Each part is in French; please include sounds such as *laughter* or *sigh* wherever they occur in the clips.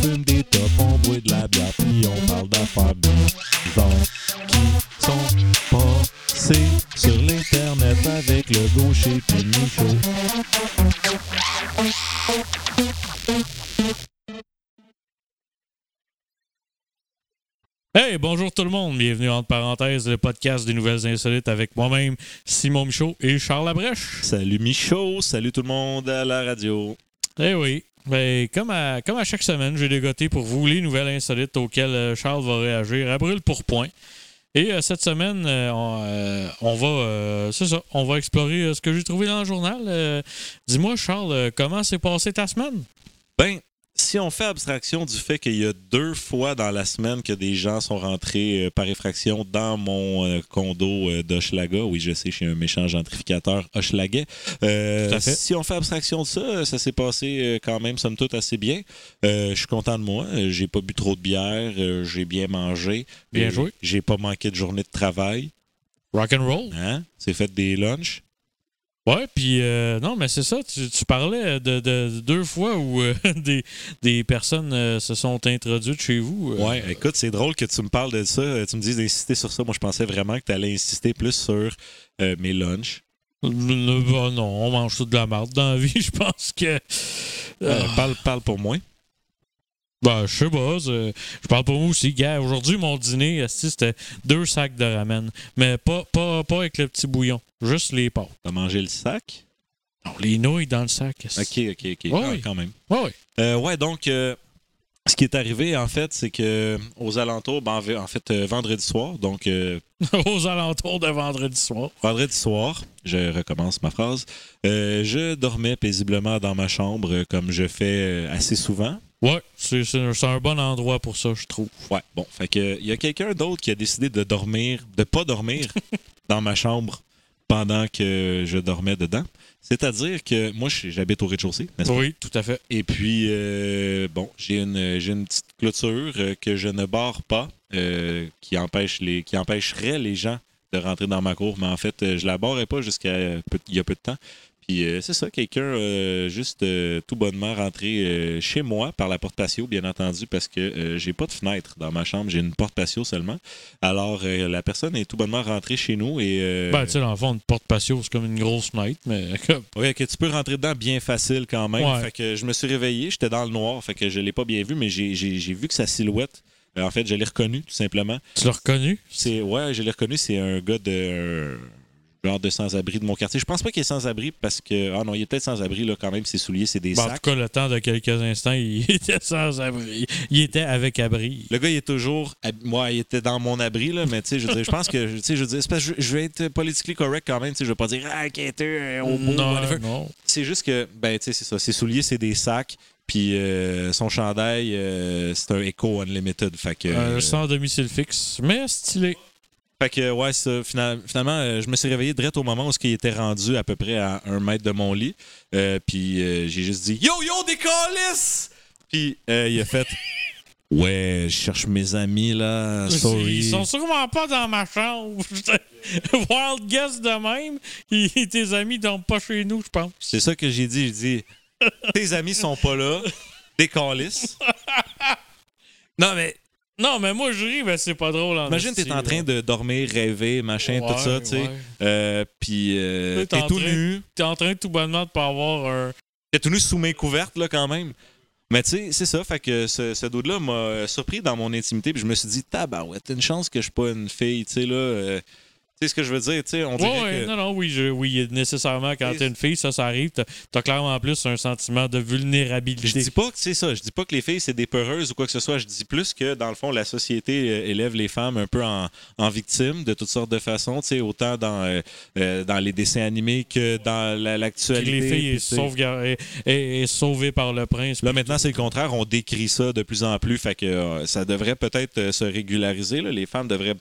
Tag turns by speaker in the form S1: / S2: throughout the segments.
S1: fume des tops, on boit de la bière, puis on parle d'affaires bizarres qui sont passées sur l'internet avec le gaucher puis Michaud. Hey, bonjour tout le monde. Bienvenue entre parenthèses, le podcast des nouvelles insolites avec moi-même, Simon Michaud et Charles Labrèche.
S2: Salut Michaud, salut tout le monde à la radio.
S1: Eh oui. Ben, comme, à, comme à chaque semaine, j'ai dégoté pour vous les nouvelles insolites auxquelles euh, Charles va réagir à brûle pour point. Et euh, cette semaine, euh, on, euh, on va, euh, c'est ça, on va explorer euh, ce que j'ai trouvé dans le journal. Euh, dis-moi, Charles, euh, comment s'est passée ta semaine?
S2: Ben, si on fait abstraction du fait qu'il y a deux fois dans la semaine que des gens sont rentrés euh, par effraction dans mon euh, condo euh, d'Hochelaga, oui, je sais, je suis un méchant gentrificateur Hochelaguais. Euh,
S1: Tout à fait.
S2: Si on fait abstraction de ça, euh, ça s'est passé euh, quand même, somme toute, assez bien. Euh, je suis content de moi. Euh, J'ai pas bu trop de bière. euh, J'ai bien mangé.
S1: Bien
S2: Euh,
S1: joué.
S2: J'ai pas manqué de journée de travail.
S1: Rock and roll?
S2: Hein? C'est fait des lunchs.
S1: Ouais, puis euh, non, mais c'est ça. Tu, tu parlais de, de deux fois où euh, *laughs* des, des personnes euh, se sont introduites chez vous. euh.
S2: Ouais, écoute, c'est drôle que tu me parles de ça. euh, Tu me dises d'insister sur ça. Moi, je pensais vraiment que tu allais insister plus sur euh, mes lunchs.
S1: Le- le- bah non, on mange tout de la marde dans la vie. *laughs* Je pense que.
S2: Euh,
S1: Euh,
S2: parle, parle pour moi.
S1: ben, je sais pas. c'est- Je parle pour moi aussi. Gars, aujourd'hui, mon dîner, esti, c'était deux sacs de ramen. Mais pas, pas, pas avec le petit bouillon. Juste les pâtes.
S2: T'as mangé le sac?
S1: Non, les nouilles dans le sac. esti.
S2: Ok, ok, ok.
S1: Ouais,
S2: Ah,
S1: oui.
S2: quand même.
S1: Ouais, ouais.
S2: Euh, ouais, donc, euh, ce qui est arrivé, en fait, c'est que euh, aux alentours, ben, en v- en fait, euh, vendredi soir, donc euh,
S1: *laughs* Aux alentours de vendredi soir.
S2: vendredi soir, je recommence ma phrase, euh, je dormais paisiblement dans ma chambre, euh, comme je fais euh, assez souvent.
S1: Ouais, c'est c'est un, c'est un bon endroit pour ça, je trouve.
S2: Ouais, bon, fait que il y a quelqu'un d'autre qui a décidé de dormir, de pas dormir dans ma chambre pendant que je dormais dedans. C'est-à-dire que moi, je- j'habite au rez-de-chaussée, n'est-ce pas?
S1: Oui, tout à fait.
S2: Et puis, euh, bon, j'ai une, j'ai une petite clôture euh, que je ne barre pas, euh, qui, empêche les, qui empêcherait les gens de rentrer dans ma cour. Mais en fait, euh, je la barrais pas jusqu'à peu- il y a peu de temps. Puis euh, c'est ça, quelqu'un euh, juste euh, tout bonnement rentré euh, chez moi par la porte patio, bien entendu, parce que euh, j'ai pas de fenêtre dans ma chambre, j'ai une porte patio seulement. Alors euh, la personne est tout bonnement rentrée chez nous et euh,
S1: Ben, tu sais, dans le fond, une porte patio, c'est comme une grosse fenêtre, mais *laughs* comme-
S2: Ouais, que tu peux rentrer dedans bien facile quand même.
S1: Ouais.
S2: Fait que je me suis réveillé, j'étais dans le noir, fait que je l'ai pas bien vu, mais j'ai- j'ai j'ai vu que sa silhouette, euh, en fait, je l'ai reconnu tout simplement.
S1: tu l'as reconnu?
S2: C'est ouais, je l'ai reconnu, c'est un gars de un genre de sans-abri de mon quartier. Je pense pas qu'il est sans-abri parce que ah non, il est peut-être sans-abri là quand même. Ses souliers, c'est des
S1: Ben, en tout
S2: sacs.
S1: cas, le temps de quelques instants, il *laughs* était sans abri. Il était avec abri.
S2: Le gars, il est toujours. hab- Moi, il était dans mon abri, là, mais tu sais, je, veux dire, je pense que. Tu sais, je veux dire, c'est parce que je, je vais être politically correct quand même. Tu sais, je veux pas dire, ah, inquiéteux, euh, au bout, whatever.
S1: Non, non.
S2: C'est juste que, ben, tu sais, c'est ça. Ses souliers, c'est des sacs. Puis euh, son chandail, euh, c'est un Echo Unlimited. Fait que,
S1: Un sans domicile fixe, mais stylé.
S2: fait que ouais, ça, final- finalement, euh, je me suis réveillé direct au moment où il était rendu à peu près à un mètre de mon lit. Euh, puis euh, j'ai juste dit Yo, yo, des câlisses! Puis euh, il a fait
S1: *laughs*
S2: Ouais, je cherche mes amis là. Sorry.
S1: Ils sont sûrement pas dans ma chambre. *laughs* Wild guess de même. *laughs* Ils- tes amis dorment pas chez nous, je pense.
S2: C'est ça que j'ai dit. J'ai
S1: *laughs*
S2: dit, tes amis sont pas là. Des
S1: *laughs*
S2: câlisses. Non, mais
S1: Non, mais moi, je ris, mais c'est pas drôle. en
S2: Imagine,
S1: esti,
S2: t'es en
S1: là.
S2: train de dormir, rêver, machin,
S1: Ah, Ouais,
S2: tout ça, tu sais.
S1: ouais.
S2: Euh, puis euh,
S1: T'es
S2: t'es
S1: en
S2: tout
S1: train-
S2: nu.
S1: T'es en train tout bonnement de pas avoir un.
S2: T'es tout nu sous mes couvertes, là, quand même. Mais tu sais, c'est ça. Fait que ce, ce dude-là m'a euh, surpris dans mon intimité. Puis je me suis dit, tabarouette, t'as une chance que je suis pas une fille, tu sais, là. euh, tu sais ce que je veux dire, tu sais, on dirait
S1: Ouais, ouais,
S2: que...
S1: non, non, oui, je- oui, nécessairement, quand
S2: Et-
S1: t'es une fille, ça, ça arrive. T'as as clairement plus un sentiment de
S2: Je
S1: vulnérabilité.
S2: dis pas que c'est ça. Je dis pas que les filles, c'est des peureuses ou quoi que ce soit. Je dis plus que, dans le fond, la société euh, élève les femmes un peu en, en victimes de toutes sortes de façons. Tu sais, autant dans, euh, euh, dans les dessins animés que dans la-
S1: Que
S2: l'actualité.
S1: les filles
S2: Puis, tu sais,
S1: sont sauvées par le prince.
S2: Là, maintenant, c'est le contraire. On décrit ça de plus en plus. Fait que euh, ça devrait peut-être euh, se régulariser. là. Les femmes devraient,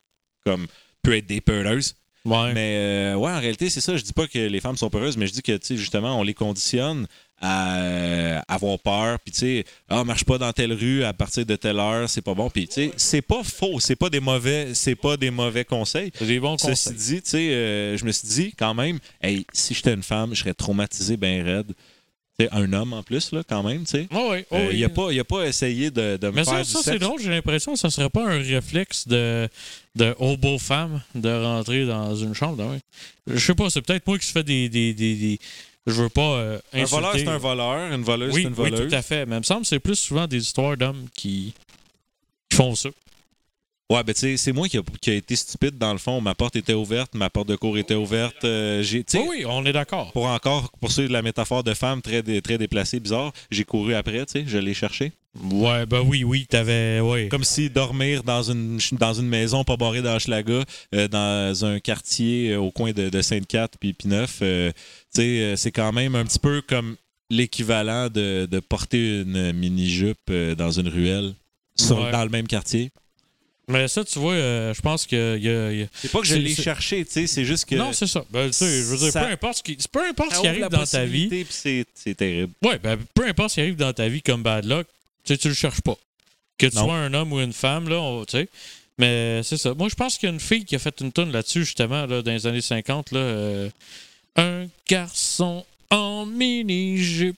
S2: comme, peut être des peureuses.
S1: Ouais.
S2: Mais euh, ouais, en réalité, c'est ça. Je dis pas que les femmes sont peureuses, mais je dis que tu sais, justement, on les conditionne à euh, avoir peur. Puis tu sais, ah, marche pas dans telle rue à partir de telle heure, c'est pas bon. Puis tu sais, c'est pas faux, c'est pas des mauvais, c'est pas des mauvais conseils.
S1: C'est des bons
S2: Ceci
S1: conseils.
S2: dit, tu sais, euh, je me suis dit quand même, hey, si j'étais une femme, je serais traumatisé ben raide. C'est un homme en plus, là, quand même, tu sais.
S1: Oh oui, oh
S2: Euh,
S1: oui.
S2: il n'a pas, il a pas essayé de, de me
S1: Mais
S2: faire
S1: ça,
S2: du
S1: ça c'est
S2: sexe.
S1: drôle, j'ai l'impression que ça serait pas un réflexe de, de oh, beau femme de rentrer dans une chambre. ah ouais. Je sais pas, c'est peut-être moi qui se fais des, des, des, des- Je veux pas euh,
S2: Un voleur,
S1: insulter.
S2: c'est un voleur. Une voleuse,
S1: oui,
S2: c'est une
S1: oui,
S2: voleuse.
S1: tout à fait. Mais il me semble que c'est plus souvent des histoires d'hommes qui... qui font ça.
S2: Ouais, ben tu sais, c'est moi qui a, qui a été stupide dans le fond. Ma porte était ouverte, ma porte de cours était ouverte. euh, j'ai, tu sais,
S1: Oui, oui, on est d'accord.
S2: pour encore poursuivre la métaphore de femme très, dé- très déplacée, bizarre, j'ai couru après, tu sais, je l'ai cherché.
S1: Ouais, ben oui, oui, t'avais. Ouais.
S2: Comme si dormir dans une, ch- dans une maison pas barrée dans Hochelaga, euh, dans un quartier euh, au coin de, de Sainte-Cat puis Pineuf, euh, tu sais, euh, c'est quand même un petit peu comme l'équivalent de, de porter une mini-jupe euh, dans une ruelle sur-
S1: Ouais.
S2: dans le même quartier.
S1: Mais ça, tu vois, euh, je pense que. y a- y a-
S2: C'est pas que je
S1: C'est-
S2: l'ai
S1: c'est-
S2: cherché, tu sais, c'est juste que...
S1: Non, c'est ça. Ben, tu sais, je veux dire,
S2: Ça-
S1: peu importe ce qui, peu importe
S2: Ça
S1: ce qui
S2: ouvre
S1: arrive
S2: la
S1: dans ta vie.
S2: possibilité, puis c'est- C'est terrible.
S1: Ouais, ben, peu importe ce qui arrive dans ta vie comme bad luck, tu sais, tu le cherches pas. Que tu
S2: Non.
S1: sois un homme ou une femme, là, on- tu sais. Mais c'est ça. Moi, je pense qu'il y a une fille qui a fait une tonne là-dessus, justement, là, dans les années 50, là. euh, un garçon en mini-jupe.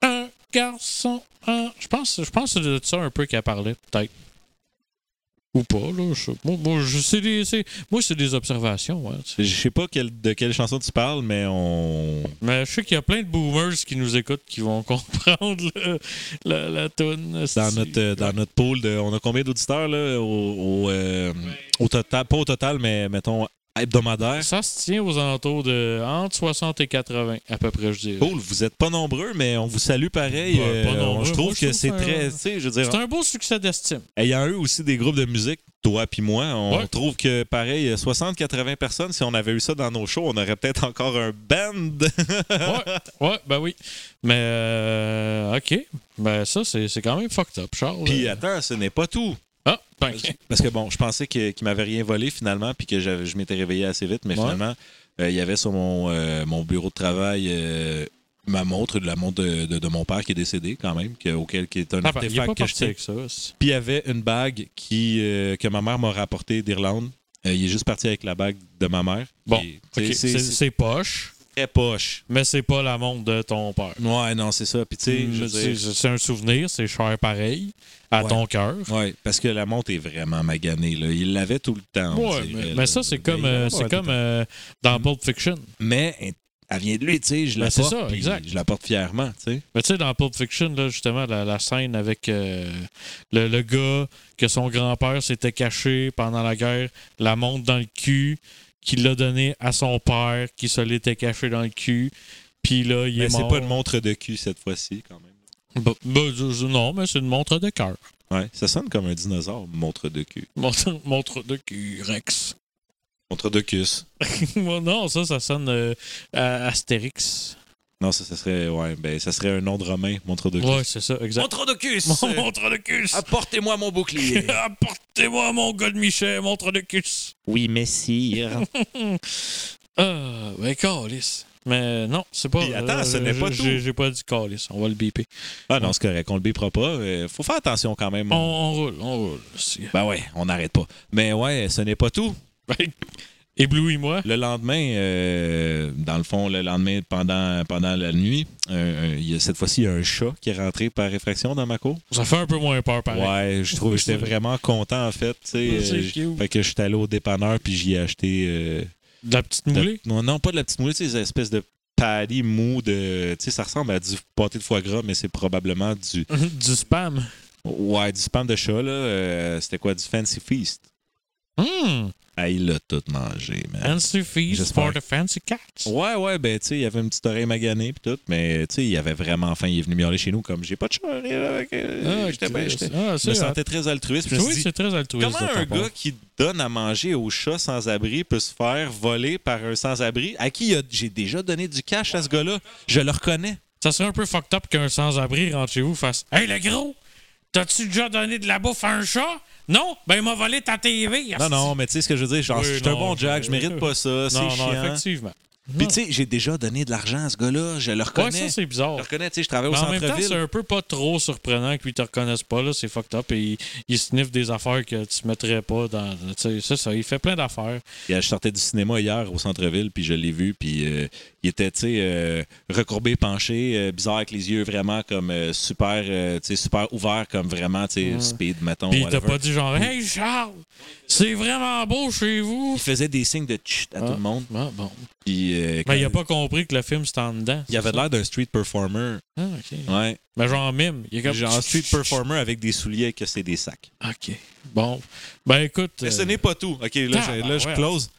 S1: Un garçon en. Je pense, je pense que c'est de ça un peu qu'elle parlait, peut-être. Ou pas, là. Je sais pas. Moi, moi, je- c'est des, c'est- moi, c'est des observations, ouais, tu sais.
S2: Je sais pas quelle- de quelle chanson tu parles, mais on.
S1: Mais je sais qu'il y a plein de boomers qui nous écoutent qui vont *laughs* comprendre le- la, la toune.
S2: Dans notre, euh, dans notre pool, de, on a combien d'auditeurs là, au, au, euh, au total Pas au total, mais mettons hebdomadaire.
S1: Ça se tient aux alentours de entre 60 et 80, à peu près, je dirais.
S2: Cool, vous êtes pas nombreux, mais on vous salue pareil.
S1: Bah,
S2: Euh,
S1: pas nombreux.
S2: je
S1: Moi,
S2: trouve
S1: je
S2: que
S1: trouve
S2: c'est
S1: ça-
S2: très. Tu sais, je veux
S1: C'est
S2: dire,
S1: un beau
S2: *laughs*
S1: succès d'estime.
S2: ayant eu aussi des groupes de musique, toi puis moi, on
S1: Ouais.
S2: trouve que pareil, 60-80 personnes, si on avait eu ça dans nos shows, on aurait peut-être encore un band. *laughs*
S1: Ouais, ouais, ben oui. Mais, euh, OK. Ben ça, c'est c'est quand même fucked up, Charles.
S2: puis euh, attends, ce n'est pas tout.
S1: Ah, ben, ok.
S2: *laughs* Parce que bon, je pensais que- qu'il m'avait rien volé finalement, puis que j'avais- je m'étais réveillé assez vite, mais
S1: Ouais.
S2: finalement, euh, il y avait sur mon, euh, mon bureau de travail euh, ma montre, de la montre de, de- de mon père qui est décédé quand même, que- auquel qui est un
S1: Ah, ben, il est
S2: artefact
S1: pas
S2: que je
S1: parti
S2: tiens.
S1: avec ça. c'est-
S2: Puis il y avait une bague qui, euh, que ma mère m'a rapportée d'Irlande. Euh, il est juste parti avec la bague de ma mère.
S1: Bon,
S2: Et, tu sais,
S1: OK.
S2: c'est
S1: C'est
S2: c'est
S1: c'est poche,
S2: très poche.
S1: mais c'est pas la montre de ton père.
S2: Ouais, non, c'est ça. Puis tu sais, je veux
S1: Mm, C'est
S2: dire-
S1: c'est un souvenir, c'est cher pareil, à
S2: Ouais.
S1: ton cœur.
S2: Ouais, parce que la montre est vraiment maganée. Là. Il l'avait tout le temps. on
S1: Ouais,
S2: dirait,
S1: mais,
S2: là.
S1: mais ça, c'est
S2: Mais
S1: comme,
S2: il l'avait
S1: euh,
S2: pas tout
S1: c'est
S2: le
S1: comme euh, dans Pulp Fiction.
S2: mais elle- elle vient de lui, tu sais, je la
S1: Ben, c'est
S2: porte,
S1: ça,
S2: puis
S1: exact.
S2: je la porte fièrement, tu sais.
S1: Mais tu sais, dans Pulp Fiction, là, justement, la, la scène avec euh, le, le gars que son grand-père s'était caché pendant la guerre, la montre dans le cul, qu'il l'a donné à son père, qui se l'était caché dans le cul. Puis là, il
S2: Mais
S1: est
S2: Ben, c'est
S1: mort.
S2: pas une montre de cul cette fois-ci, quand même.
S1: Bah, bah, je- je- non, mais c'est une montre de cœur. *laughs*
S2: Ouais, ça sonne comme un dinosaure, montre de cul.
S1: Montre, montre de cul, Rex. *laughs*
S2: Montre de cuisse.
S1: non, ça, ça sonne euh, à- Astérix.
S2: Non, ça, ça serait, ouais, ben, ça serait un nom de romain, montre de cuisse.
S1: Ouais, c'est ça, exact.
S2: Montre de cuisse!
S1: montre de cul.
S2: Apportez-moi mon
S1: *laughs*
S2: bouclier!
S1: Apportez-moi mon gars de Michet, montre de cuisse.
S2: oui, messire.
S1: Ah, ben calice. Mais non, c'est pas. euh,
S2: Puis attends, ce n'est
S1: j'ai-
S2: pas
S1: j'ai-
S2: tout.
S1: J'ai pas dit calice, on va le biper.
S2: ah non, c'est correct, on le bipera pas. euh, faut faire attention quand même.
S1: On, on roule, on roule. Si-
S2: Ben ouais, on n'arrête pas. Mais ouais, ce n'est pas tout.
S1: Ben, Éblouis-moi.
S2: Le lendemain, euh, dans le fond, le lendemain, pendant, pendant la nuit, euh, euh, il y a- cette fois-ci, il y a un chat qui est rentré par réfraction dans ma cour.
S1: Ça fait un peu moins peur, pareil.
S2: Ouais, je trouve j'étais vraiment content, en fait. tu sais,
S1: Ouais, c'est
S2: euh, j-
S1: cute.
S2: fait que je suis allé au dépanneur, puis j'y ai acheté... euh,
S1: De la petite
S2: de-
S1: moulée.
S2: non, non, pas de la petite moulée, tu sais, des espèces de patty mou de... Tu sais, ça ressemble à du pâté de foie gras, mais c'est probablement du...
S1: *laughs* du spam.
S2: Ouais, du spam de chat, là. euh, C'était quoi? Du Fancy Feast.
S1: Hum,
S2: Ah, il l'a tout mangé, man.
S1: fancy feast
S2: J'espère.
S1: for the fancy cats.
S2: Ouais, ouais, ben, tu sais, il avait une petite oreille maganée pis tout, mais, tu sais, il avait vraiment faim. Il est venu miauler chez nous, comme, j'ai pas de chat, rien avec... euh,
S1: Ah,
S2: j'étais bien- j'étais-
S1: ah,
S2: Je me
S1: c'est-
S2: sentais très altruiste. puis Je me
S1: Oui,
S2: suis dit,
S1: c'est très altruiste.
S2: comment
S1: de ta
S2: un
S1: part.
S2: gars qui donne à manger aux chats sans-abri peut se faire voler par un sans-abri à qui il a- j'ai déjà donné du cash à ce gars-là? Je le reconnais.
S1: Ça serait un peu fucked up qu'un sans-abri rentre chez vous fasse Hey le gros, t'as-tu déjà donné de la bouffe à un chat Non Ben il m'a volé ta Ah, TV.
S2: Non, non, mais tu sais ce que je veux dire, genre,
S1: Oui,
S2: je suis un
S1: non,
S2: bon Jack,
S1: je-
S2: je mérite pas ça, c'est
S1: Non, non,
S2: chiant.
S1: effectivement.
S2: Puis, tu sais, j'ai déjà donné de l'argent à ce gars-là, je le
S1: Ouais,
S2: reconnais.
S1: ça c'est
S2: je
S1: bizarre.
S2: le reconnais, tu sais, je travaille au
S1: Mais en même temps, c'est
S2: centre-ville.
S1: un peu pas trop surprenant que lui te reconnaisse pas, là, c'est fucked up. Et il, il sniffe des affaires que tu mettrais pas dans. Tu sais, c'est ça, il fait plein d'affaires.
S2: Et, euh, Je sortais du cinéma hier au centre-ville, puis je l'ai vu, puis euh, il était, tu sais, euh, recourbé, penché, euh, bizarre avec les yeux vraiment comme euh, super, euh, tu sais, super ouvert comme vraiment, tu sais,
S1: Ouais.
S2: speed, mettons.
S1: Puis il t'a
S2: whatever.
S1: pas dit genre, hey Charles, c'est vraiment beau chez vous.
S2: Il faisait des signes de chut à
S1: Ah.
S2: tout le monde.
S1: Ah, bon.
S2: Puis, euh,
S1: Mais il a
S2: quand-
S1: pas compris que le film c'était en dedans.
S2: il avait l'air d'un street performer.
S1: Ah, ok.
S2: Ouais.
S1: Mais genre mime. Il est comme.
S2: Genre street performer avec des souliers que c'est des sacs.
S1: Ok. Bon. Ben écoute.
S2: Mais ce
S1: euh,
S2: n'est pas tout. OK, là,
S1: Ah,
S2: je,
S1: bah
S2: là, je
S1: ouais.
S2: close.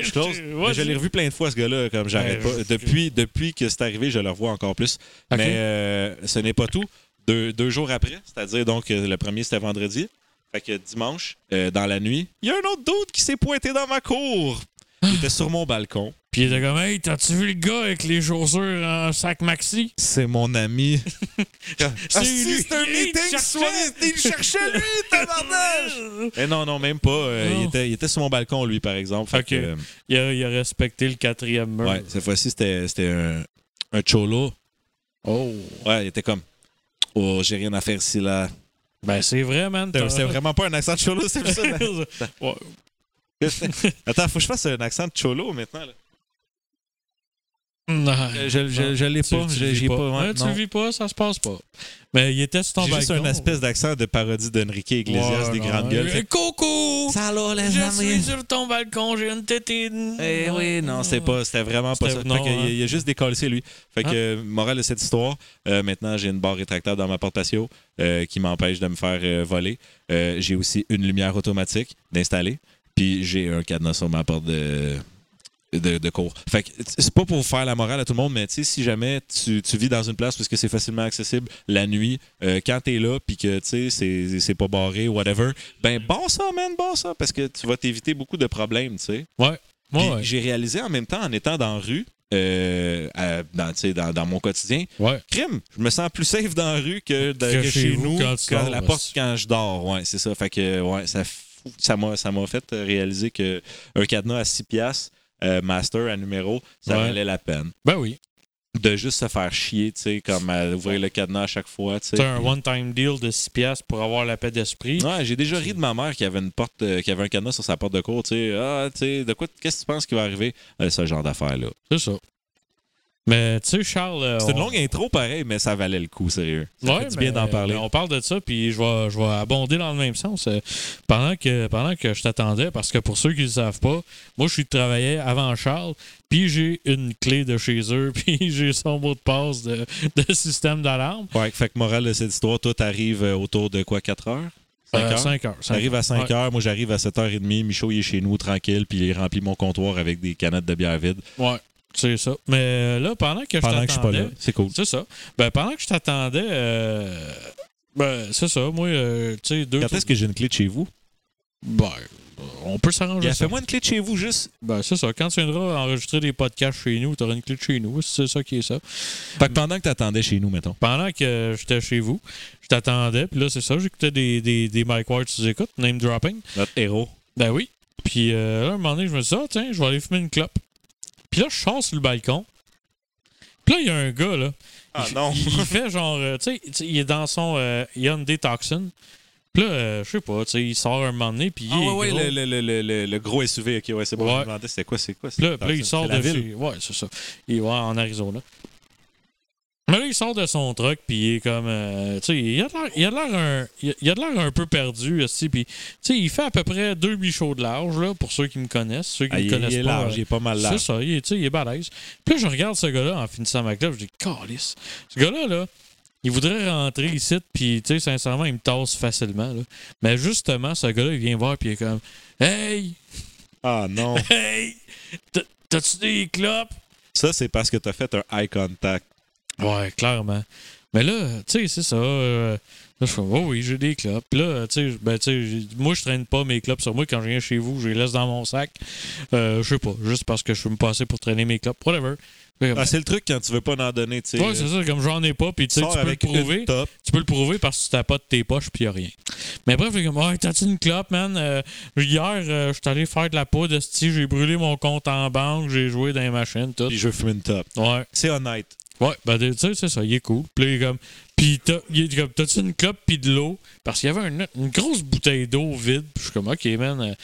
S2: Je close. Mais je l'ai revu plein de fois, ce gars-là, comme j'arrête
S1: Ouais,
S2: pas.
S1: je-
S2: Depuis, depuis que c'est arrivé, je le revois encore plus.
S1: Ok.
S2: Mais euh, ce n'est pas tout. Deux, deux jours après, c'est-à-dire, donc, euh, le premier, c'était vendredi. Fait que dimanche, euh, dans la nuit, il y a un autre doute qui s'est pointé dans ma cour. Il était sur mon balcon.
S1: Puis il était comme, hey, t'as-tu vu le gars avec les chaussures en sac maxi?
S2: C'est mon ami. *laughs* Ah, si, c'est un
S1: lui, il
S2: meeting,
S1: cherchait.
S2: soit il cherchait *laughs* lui, tabarnak! Eh non, non, même pas. Euh,
S1: Non.
S2: Il, était, il était sur mon balcon, lui, par exemple. Fait
S1: Ok.
S2: que, euh,
S1: Il a, il a respecté le quatrième mur.
S2: ouais, cette fois-ci, c'était c'était un, un cholo.
S1: Oh.
S2: Ouais, il était comme Oh, j'ai rien à faire ici là.
S1: Ben c'est vrai, man. t'as-
S2: C'était vraiment pas un accent de cholo, c'est *laughs* ça.
S1: *laughs* Ouais.
S2: Attends, faut que je fasse un accent de cholo maintenant. là.
S1: Non.
S2: Je, je- je l'ai
S1: Tu-
S2: pas,
S1: tu
S2: je-
S1: le vis
S2: j'ai pas. ouais,
S1: Hein, tu
S2: non.
S1: le vis pas, ça se passe pas. Mais il était sur ton
S2: J'ai
S1: balcon.
S2: juste un espèce d'accent de parodie d'Enrique Iglesias
S1: Ouais,
S2: des
S1: non.
S2: grandes gueules.
S1: Euh, Coco!
S2: Salut
S1: Je suis sur ton balcon, j'ai une tétine.
S2: Eh oui, non, c'est pas, c'était vraiment pas
S1: C'était-
S2: ça.
S1: non,
S2: Fait que
S1: hein.
S2: il, il a juste décollé, lui. Fait que,
S1: Ah.
S2: euh, morale de cette histoire, euh, maintenant, j'ai une barre rétractable dans ma porte patio euh, qui m'empêche de me faire euh, voler. Euh, j'ai aussi une lumière automatique d'installer. Puis j'ai un cadenas sur ma porte de, de, de cours. Fait que, t- c'est pas pour faire la morale à tout le monde, mais tu sais, si jamais tu, tu vis dans une place parce que c'est facilement accessible la nuit, euh, quand t'es là, puis que, tu sais, c'est- c'est pas barré, whatever, ben, bon ça, man, bon ça, parce que tu vas t'éviter beaucoup de problèmes, tu sais.
S1: Ouais,
S2: Puis
S1: ouais.
S2: j'ai réalisé en même temps, en étant dans la rue, euh, à- dans, tu sais, dans- dans mon quotidien,
S1: Ouais.
S2: crime, je me sens plus safe dans la rue que, de- que
S1: Que chez
S2: chez
S1: vous
S2: nous,
S1: quand tu
S2: quand
S1: dors,
S2: la
S1: là,
S2: porte
S1: c'est-
S2: quand je dors. Ouais, c'est ça. Fait que, ouais, ça fou- ça m'a ça m'a fait réaliser que un cadenas à 6 piastres, euh, master à numéro, ça
S1: Ouais.
S2: valait la peine.
S1: Ben oui.
S2: De juste se faire chier, tu sais, comme à ouvrir le cadenas à chaque fois, tu sais.
S1: C'est un one-time deal de 6 piastres pour avoir la paix d'esprit.
S2: Ouais, j'ai déjà ri de ma mère qui avait une porte, euh, qui avait un cadenas sur sa porte de cour, tu sais. Ah, tu sais, de quoi, qu'est-ce que tu penses qui va arriver? Euh, ce genre d'affaire-là.
S1: C'est ça. Mais tu sais, Charles. euh,
S2: C'est une
S1: on-
S2: longue intro, pareil, mais ça valait le coup, sérieux. Ça
S1: Ouais,
S2: fait du bien
S1: mais-
S2: d'en parler.
S1: mais On parle de ça, puis je vais, je vais abonder dans le même sens. Euh, Pendant que, pendant que je t'attendais, parce que pour ceux qui ne le savent pas, moi, je suis travaillé avant Charles, puis j'ai une clé de chez eux, *laughs* puis j'ai son mot de passe de, de système d'alarme.
S2: Ouais, fait que morale de cette histoire, toi, t'arrives euh, autour de quoi, 4 heures? 5
S1: Euh,
S2: heures?
S1: cinq heures. cinq
S2: T'arrives à 5
S1: Ouais.
S2: heures, moi j'arrive à 7h30, Michaud il est chez nous tranquille, puis il remplit mon comptoir avec des canettes de bière vide
S1: Ouais, c'est ça. Mais euh, là, pendant que je
S2: pendant
S1: t'attendais.
S2: que je suis pas là. C'est cool.
S1: C'est ça. Ben, pendant que je t'attendais, euh, ben, c'est ça. Moi, euh, tu sais, deux.
S2: Quand est-ce que j'ai une clé de chez vous?
S1: Ben, on peut s'arranger. ça.
S2: Fais-moi une clé de chez vous juste.
S1: Ben, c'est ça. Quand tu viendras enregistrer des podcasts chez nous, tu auras une clé de chez nous. C'est ça qui est ça.
S2: Fait que pendant que t'attendais chez nous, mettons.
S1: Pendant que euh, j'étais chez vous, je t'attendais. Puis là, c'est ça. J'écoutais des, des, des Mike Ward, tu les écoutes, name dropping.
S2: Notre héros.
S1: Ben oui. Puis euh, là, un moment donné, je me suis dit, ah, tiens, je vais aller fumer une clope. Puis là, je sors sur le balcon. Puis là, il y a un gars, là.
S2: Ah
S1: Il-
S2: non!
S1: il, il fait genre, euh, tu sais, tu sais, il est dans son euh, Hyundai Toxin. Puis là, euh, je sais pas, tu sais, il sort un moment donné, puis il
S2: Ah
S1: est
S2: ouais, ouais,
S1: gros.
S2: le, le- le- le- le gros SUV, ok, ouais, c'est bon.
S1: Ouais.
S2: Je me demandais c'était quoi, c'est quoi?
S1: Puis
S2: c'est- Ah,
S1: là, puis là, il
S2: c'est
S1: sort
S2: la
S1: de
S2: ville.
S1: chez- Ouais, c'est ça. Il va en Arizona. Mais là, il sort de son truck, puis il est comme. euh, tu sais, il a de l'air- il a de l'air un, il a- il a de l'air un peu perdu, aussi. Puis, tu sais, il fait à peu près deux bichots de large, là, pour ceux qui me connaissent. Ceux qui
S2: Ah,
S1: me
S2: il,
S1: connaissent
S2: il est
S1: pas.
S2: large, il est pas mal
S1: C'est
S2: large.
S1: ça, il est, tu sais, il est balèze. Puis là, je regarde ce gars-là en finissant ma club, je dis, calice. Ce gars-là, là, il voudrait rentrer ici, puis, tu sais, sincèrement, il me tasse facilement. là. Mais justement, ce gars-là, il vient voir, puis il est comme, hey,
S2: Ah *laughs* non!
S1: hey, t'as- t'as-tu des clopes?
S2: Ça, c'est parce que t'as fait un eye contact.
S1: Ouais, clairement. Mais là, tu sais, c'est ça. euh, là, je fais, oh oui, j'ai des clopes. Puis là, tu sais, ben, tu sais, j'ai- moi, je traîne pas mes clopes sur moi. Quand je viens chez vous, je les laisse dans mon sac. Euh, je sais pas, juste parce que je veux me passer pour traîner mes clopes, whatever. Puis,
S2: Ah, c'est le truc quand tu veux pas en donner, tu sais.
S1: Ouais, c'est ça, comme j'en ai pas, puis tu sais,
S2: Sors
S1: tu peux le
S2: avec
S1: prouver.
S2: une top.
S1: Tu peux le prouver parce que tu tapotes tes poches puis y a rien. Mais bref, j'ai comme, Ah, t'as-tu une clope, man? Euh, hier, euh, je suis allé faire de la poudre, esti, j'ai brûlé mon compte en banque, j'ai joué dans les machines, tout.
S2: Puis je veux fumer une top.
S1: Ouais,
S2: C'est honnête.
S1: ouais, ben tu sais, c'est ça, il est cool. Puis là, il est comme, pis t'as- il est comme, t'as-tu une clope puis de l'eau? Parce qu'il y avait un- une grosse bouteille d'eau vide, puis je suis comme, ok, man, euh,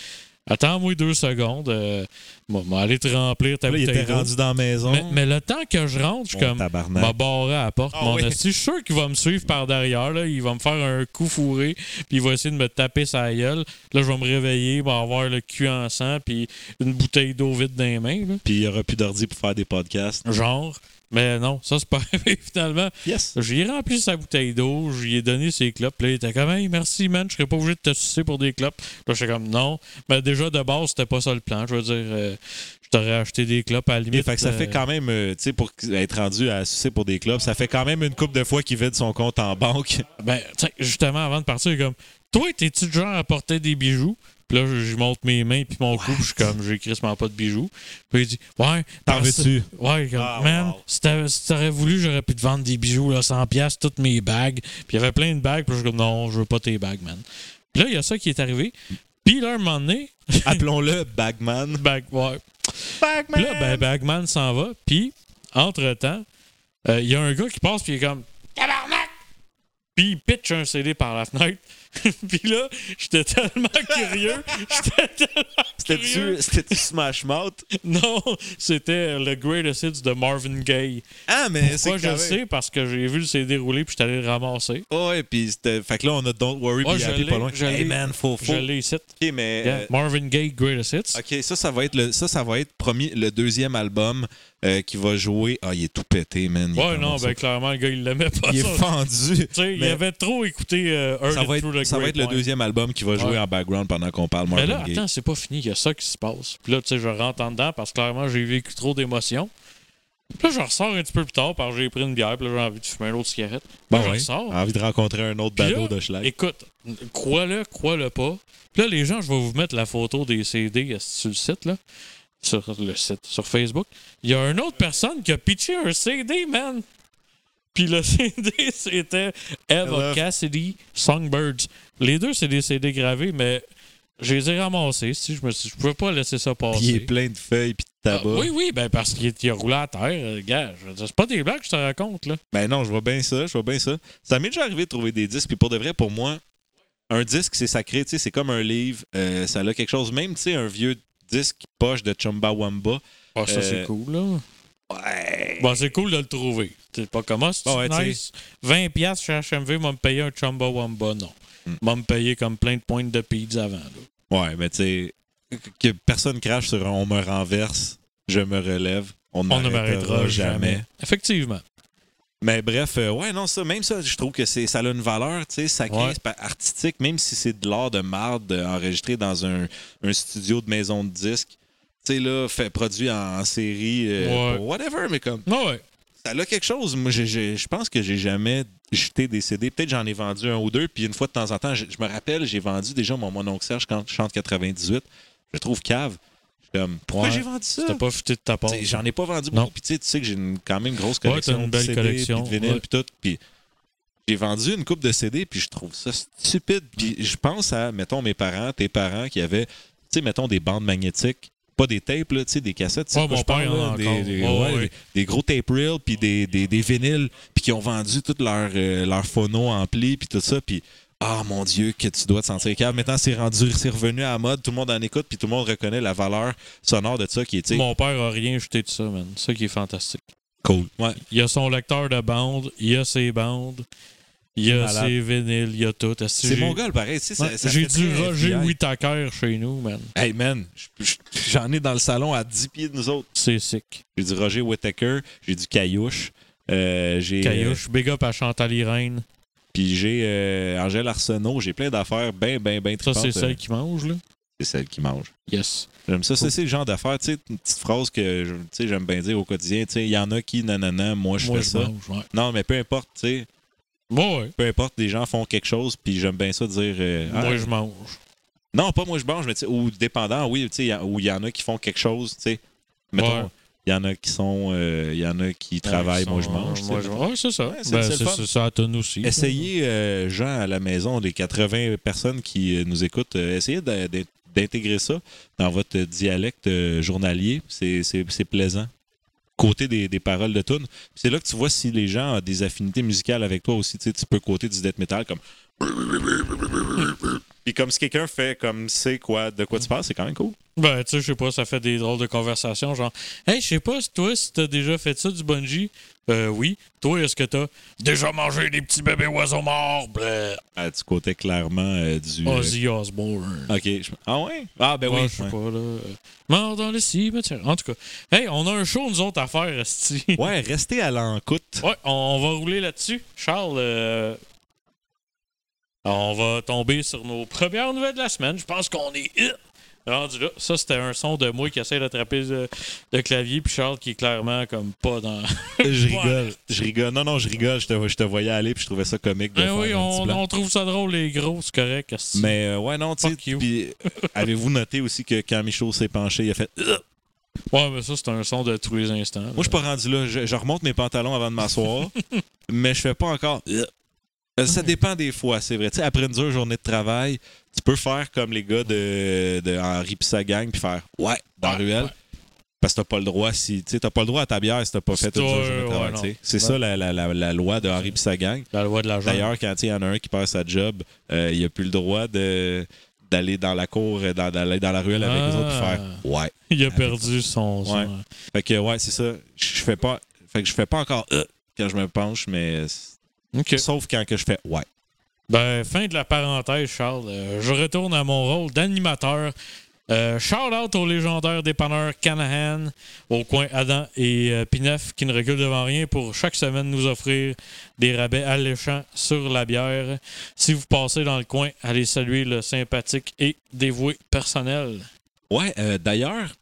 S1: attends-moi deux secondes. euh, Bon, ben, aller te remplir ta
S3: Là, il
S1: bouteille
S3: était
S1: d'eau.
S3: rendu dans la maison.
S1: Mais, mais le temps que je rentre, je suis
S2: Mon
S1: comme.
S2: Oh, tabarnak.
S1: m'a barré à la porte,
S3: Ah
S1: mon
S3: oui.
S1: esti. Je suis sûr qu'il va me suivre par derrière. Là. Il va me faire un coup fourré, puis il va essayer de me taper sa gueule. Là, je vais me réveiller, va avoir le cul en sang, puis une bouteille d'eau vide dans les mains. là.
S2: Puis il n'y aura plus d'ordi pour faire des podcasts.
S1: Genre. Mais non, ça, c'est pas *laughs* arrivé finalement.
S2: Yes.
S1: J'y ai rempli sa bouteille d'eau, j'y ai donné ses clopes. Là, il était comme, hey, merci, man, je serais pas obligé de te sucer pour des clopes. Là, j'étais comme, non. Mais déjà, de base, c'était pas ça le plan. Je veux dire, euh, je t'aurais acheté des clopes à la limite.
S2: Et fait que ça
S1: euh,
S2: fait quand même, euh, tu sais, pour être rendu à sucer pour des clubs, ça fait quand même une coupe de fois qu'il vide son compte en
S1: *laughs*
S2: banque.
S1: Ben, tu sais, justement, avant de partir, il est comme Toi, t'es-tu du genre à porter des bijoux? Puis là, je je monte mes mains puis mon cou, puis je suis comme, j'ai crissement pas de bijoux. Puis il dit, ouais,
S3: T'en
S1: parce-
S3: veux-tu?
S1: Ouais, comme,
S2: Ah,
S1: man,
S2: wow.
S1: si t'avais- si t'aurais voulu, j'aurais pu te vendre des bijoux, là, 100 pièces toutes mes bagues. Puis il y avait plein de bagues, puis je suis comme, non, je veux pas tes bagues, man. Puis là, il y a ça qui est arrivé. Puis là, un moment donné, *laughs*
S2: Appelons-le Bagman.
S1: bag, ouais.
S2: Bagman!
S1: Puis là,
S2: Euh.
S1: ben, Bagman s'en va, puis, entre-temps, euh, il y a un gars qui passe, puis il est comme Tabarnak! Puis il pitch un CD par la fenêtre. *laughs* puis là, j'étais tellement curieux.
S2: *laughs*
S1: J'étais tellement curieux.
S2: C'était-tu c'était-tu Smash Mouth?
S1: Non, c'était le Greatest Hits de Marvin Gaye.
S2: Ah, mais c'est
S1: Moi, je
S2: quand
S1: le
S2: même-
S1: sais parce que j'ai vu le CD rouler, puis j'étais allé le ramasser.
S2: Ouais, puis c'était. Fait que là, on a Don't Worry,
S1: Ouais,
S2: puis il a
S1: je
S2: appelé
S1: l'ai,
S2: pas loin.
S1: je
S2: Hey
S1: l'ai.
S2: man, faut, faut.
S1: Je l'ai ici.
S2: Ok, mais.
S1: Yeah,
S2: euh,
S1: Marvin Gaye, Greatest Hits.
S2: Ok, ça, ça va être le, ça, ça va être premier, le deuxième album euh, qui va jouer. Ah, il est tout pété, man. Il
S1: ouais, non,
S2: commence à-
S1: ben clairement, le gars, il l'aimait pas.
S2: il est
S1: ça.
S2: fendu.
S1: Tu sais, il
S2: mais-
S1: avait trop écouté euh, Heard
S2: Ça
S1: It
S2: va
S1: Through
S2: être,
S1: the
S2: ça va être le
S1: Grapevine.
S2: deuxième album qui va jouer
S1: Ouais.
S2: en background pendant qu'on parle
S1: Mais
S2: Marvin
S1: là,
S2: Gaye.
S1: attends, c'est pas fini, il y a ça qui se passe. Puis là, tu sais, je rentre en dedans parce que clairement, j'ai vécu trop d'émotions. Puis là, je ressors un petit peu plus tard parce que j'ai pris une bière, puis là, j'ai envie de fumer une autre cigarette. Puis
S2: Bon,
S1: là, je
S2: Ben ouais.
S1: ressors.
S2: Envie de rencontrer un autre
S1: Puis
S2: badaud
S1: là,
S2: de Schlag.
S1: Écoute, crois-le, crois-le pas. Puis là, les gens, je vais vous mettre la photo des CD euh, sur le site, là. Sur le site, sur Facebook. Il y a une autre personne qui a pitché un CD, man. Puis le *laughs* CD, c'était Eva
S2: Love.
S1: Cassidy, Songbirds. Les deux, c'est des CD gravés, mais je les ai ramassés. Si je me suis- je pouvais pas laisser ça passer.
S2: Il est plein de feuilles puis de
S1: Ah,
S2: tabac.
S1: oui, oui, ben parce qu'il est- il a roulé à terre. euh, Gars, je veux dire, c'est pas des blagues que je te raconte, là.
S2: Ben non, je vois bien ça, je vois bien ça. Ça m'est déjà arrivé de trouver des disques, puis pour de vrai, pour moi, un disque, c'est sacré, tu sais, c'est comme un livre, euh, ça a quelque chose, même, tu sais, un vieux disque poche de Chumbawamba.
S1: Ah, ça, c'est
S2: Euh,
S1: cool, là.
S2: Ouais.
S1: Bon, c'est cool de le trouver. C'est pas comment, c'est
S2: Bon, ouais, tu sais.
S1: nice. 20 pièces chez HMV, va me payer un Chumbawamba, non.
S2: Hmm.
S1: Va me payer comme plein de pointes de pizza avant. là.
S2: Ouais, mais tu sais, que personne crache sur un on me renverse, je me relève, on ne
S1: On ne
S2: m'arrêtera jamais.
S1: Effectivement.
S2: Mais bref, euh, ouais, non, ça, même ça, je trouve que c'est, ça a une valeur, tu sais, sacrée,
S1: Ouais.
S2: c'est pas artistique, même si c'est de l'art de marde euh, enregistré dans un, un studio de maison de disques. Tu sais, là, fait produit en, en série, euh,
S1: Ouais.
S2: pour whatever, mais comme,
S1: Ah ouais.
S2: ça a quelque chose. Moi, j'ai- j'ai- je pense que j'ai jamais jeté des CD. Peut-être j'en ai vendu un ou deux, puis une fois de temps en temps, je, je me rappelle, j'ai vendu déjà mon Mon Oncle Serge quand je chante 98. Je le trouve cave. Je suis comme, pourquoi
S1: Ouais.
S2: j'ai vendu ça?
S1: T'as pas futé de ta part.
S2: T'sais, J'en ai pas vendu
S1: hein. Non.
S2: beaucoup. Puis tu sais, tu sais que j'ai une, quand même une grosse
S1: Ouais,
S2: collection.
S1: t'as une
S2: de
S1: belle
S2: CD,
S1: collection,
S2: Puis de vinyle,
S1: ouais.
S2: puis tout. Puis j'ai vendu une coupe de CD, puis je trouve ça stupide. Puis je pense à, mettons, mes parents, tes parents qui avaient, tu sais, mettons, des bandes magnétiques. Pas des tapes, là, tu sais, des cassettes. tu sais
S1: Ouais,
S2: de quoi je parle,
S1: mon père en
S2: là,
S1: a
S2: des,
S1: encore.
S2: des-
S1: Ouais,
S2: ouais,
S1: ouais.
S2: des- des gros tape reels, puis des, des, des vinyles, puis qui ont vendu tout leur, euh, leur phono ampli, puis tout ça. Puis ah mon Dieu, que tu dois te sentir calme. Maintenant, c'est rendu, c'est revenu à la mode, tout le monde en écoute, puis tout le monde reconnaît la valeur sonore de ça qui est, tu sais,
S1: Mon père a rien jeté de ça, man. C'est Ça qui est fantastique.
S2: cool. Ouais.
S1: Il a son lecteur de bande, il a ses bandes, il a
S2: Malade.
S1: ses vinyles, il a tout. Est-ce que
S2: C'est
S1: j'ai-
S2: mon gars, pareil. tu sais, ça-
S1: Ouais,
S2: ça
S1: J'ai
S2: fait
S1: du
S2: très
S1: Roger
S2: FBI.
S1: Whittaker chez nous, man.
S2: Hey man, je- je- j'en ai dans le salon à 10 pieds de nous autres.
S1: C'est sick.
S2: J'ai du Roger Whittaker, j'ai du Caillouche, euh, j'ai euh,
S1: Caillouche, big up à Chantal Irène.
S2: puis j'ai euh, Angèle Arsenault, j'ai plein d'affaires ben ben ben
S1: Ça,
S2: tripantes,
S1: c'est
S2: euh,
S1: celle qui mange, là.
S2: c'est celle qui mange.
S1: Yes.
S2: J'aime ça, ça c'est le genre d'affaires, tu sais, une petite phrase que je- tu sais j'aime bien dire au quotidien, tu sais, il y en a qui nanana, moi je
S1: Moi,
S2: fais
S1: je
S2: ça.
S1: mange, ouais.
S2: Non, mais peu importe, tu sais,
S1: Moi, ouais.
S2: peu importe, les gens font quelque chose, puis j'aime bien ça dire euh, Ah,
S1: Moi, je mange.
S2: Non, pas moi je mange, mais tu sais, ou dépendant, oui, tu sais, y a- ou il y en a qui font quelque chose, tu sais. Mettons, il
S1: Ouais.
S2: y en a qui sont, euh, il y en a qui travaillent, moi je mange. tu sais,
S1: Moi, je
S2: mettons.
S1: mange. Ouais, c'est ça.
S2: Ouais, c'est-
S1: Ben,
S2: c'est le
S1: c'est
S2: fun.
S1: c'est ça, à tonne aussi.
S2: Essayez, euh, gens à la maison, les 80 personnes qui euh, nous écoutent, euh, essayez d'a- d'in- d'intégrer ça dans votre dialecte euh, journalier. C'est c'est- c'est plaisant. Côté des, des paroles de tunes. Puis C'est là que tu vois si les gens ont des affinités musicales avec toi aussi. Tu, sais, tu peux côté du death metal comme Puis comme si quelqu'un fait comme c'est quoi de quoi tu parles, c'est quand même cool.
S1: Ben, tu sais, je sais pas, ça fait des drôles de conversations, genre, hey, je sais pas, si toi, si t'as déjà fait ça du bungee, euh, oui. Toi, est-ce que t'as déjà mangé des petits bébés oiseaux morts, bleu?
S2: Ah, du côté clairement euh, du. euh,
S1: Ozzy Osbourne.
S2: ok. je- Ah ouais? Ah ben
S1: Ouais,
S2: oui.
S1: je sais
S2: ouais.
S1: pas, là. euh, Mort dans le cimetière. En tout cas, hey, on a un show, nous autres, à faire, esti.
S2: Ouais, restez à l'encoute.
S1: Ouais, on, on va rouler là-dessus. Charles, euh, on va tomber sur nos premières nouvelles de la semaine. Je pense qu'on est euh, rendu là. Ça, c'était un son de moi qui essaie d'attraper le, le clavier, puis Charles qui est clairement comme pas dans.
S2: Je rigole. Je rigole. Non, non, je rigole. Je te, je te voyais aller puis je trouvais ça comique de
S1: *laughs* Ben
S2: faire
S1: oui,
S2: un petit
S1: on,
S2: blanc.
S1: on trouve ça drôle, les gros, c'est correct. esti.
S2: Mais euh, ouais, non, tu sais.
S1: Fuck you. *laughs*
S2: puis, euh, avez-vous noté aussi que quand Michaud s'est penché, il a fait. Ugh
S1: Ouais, mais ça, c'est un son de tous les instants. là.
S2: Moi, je suis pas rendu là. Je, je remonte mes pantalons avant de
S1: *laughs*
S2: m'asseoir, mais je fais pas encore. Ugh Euh, Ça dépend des fois, c'est vrai. Tu sais, après une dure journée de travail, tu peux faire comme les gars de, de Henri pis sa gang, puis faire ouais dans la
S1: Ouais,
S2: ruelle.
S1: ouais.
S2: Parce que t'as pas le droit si tu sais, t'as pas le droit à ta bière si t'as pas
S1: Si
S2: fait une
S1: toi,
S2: dure journée de
S1: ouais,
S2: travail.
S1: non.
S2: tu sais. C'est
S1: Ouais.
S2: ça la, la- la- la loi de Henri pis sa gang.
S1: La loi de la jungle.
S2: D'ailleurs, quand il y en a un qui perd sa job, euh, il a plus le droit de d'aller dans la cour, euh, dans- d'aller dans la ruelle avec les autres et
S1: Ah.
S2: faire ouais.
S1: *laughs* il a perdu son.
S2: Ouais.
S1: son-
S2: Fait que ouais, c'est ça. Je fais pas. Fait que je fais pas encore euh, quand je me penche, mais c'est-
S1: Ok.
S2: sauf quand que je fais ouais.
S1: Ben, fin de la parenthèse, Charles. Euh, je retourne à mon rôle d'animateur. Euh, shout out au légendaire dépanneur Canahan, au coin Adam et euh, Pinef, qui ne recule devant rien pour chaque semaine nous offrir des rabais alléchants sur la bière. Si vous passez dans le coin, allez saluer le sympathique et dévoué personnel.
S2: Ouais, euh, d'ailleurs,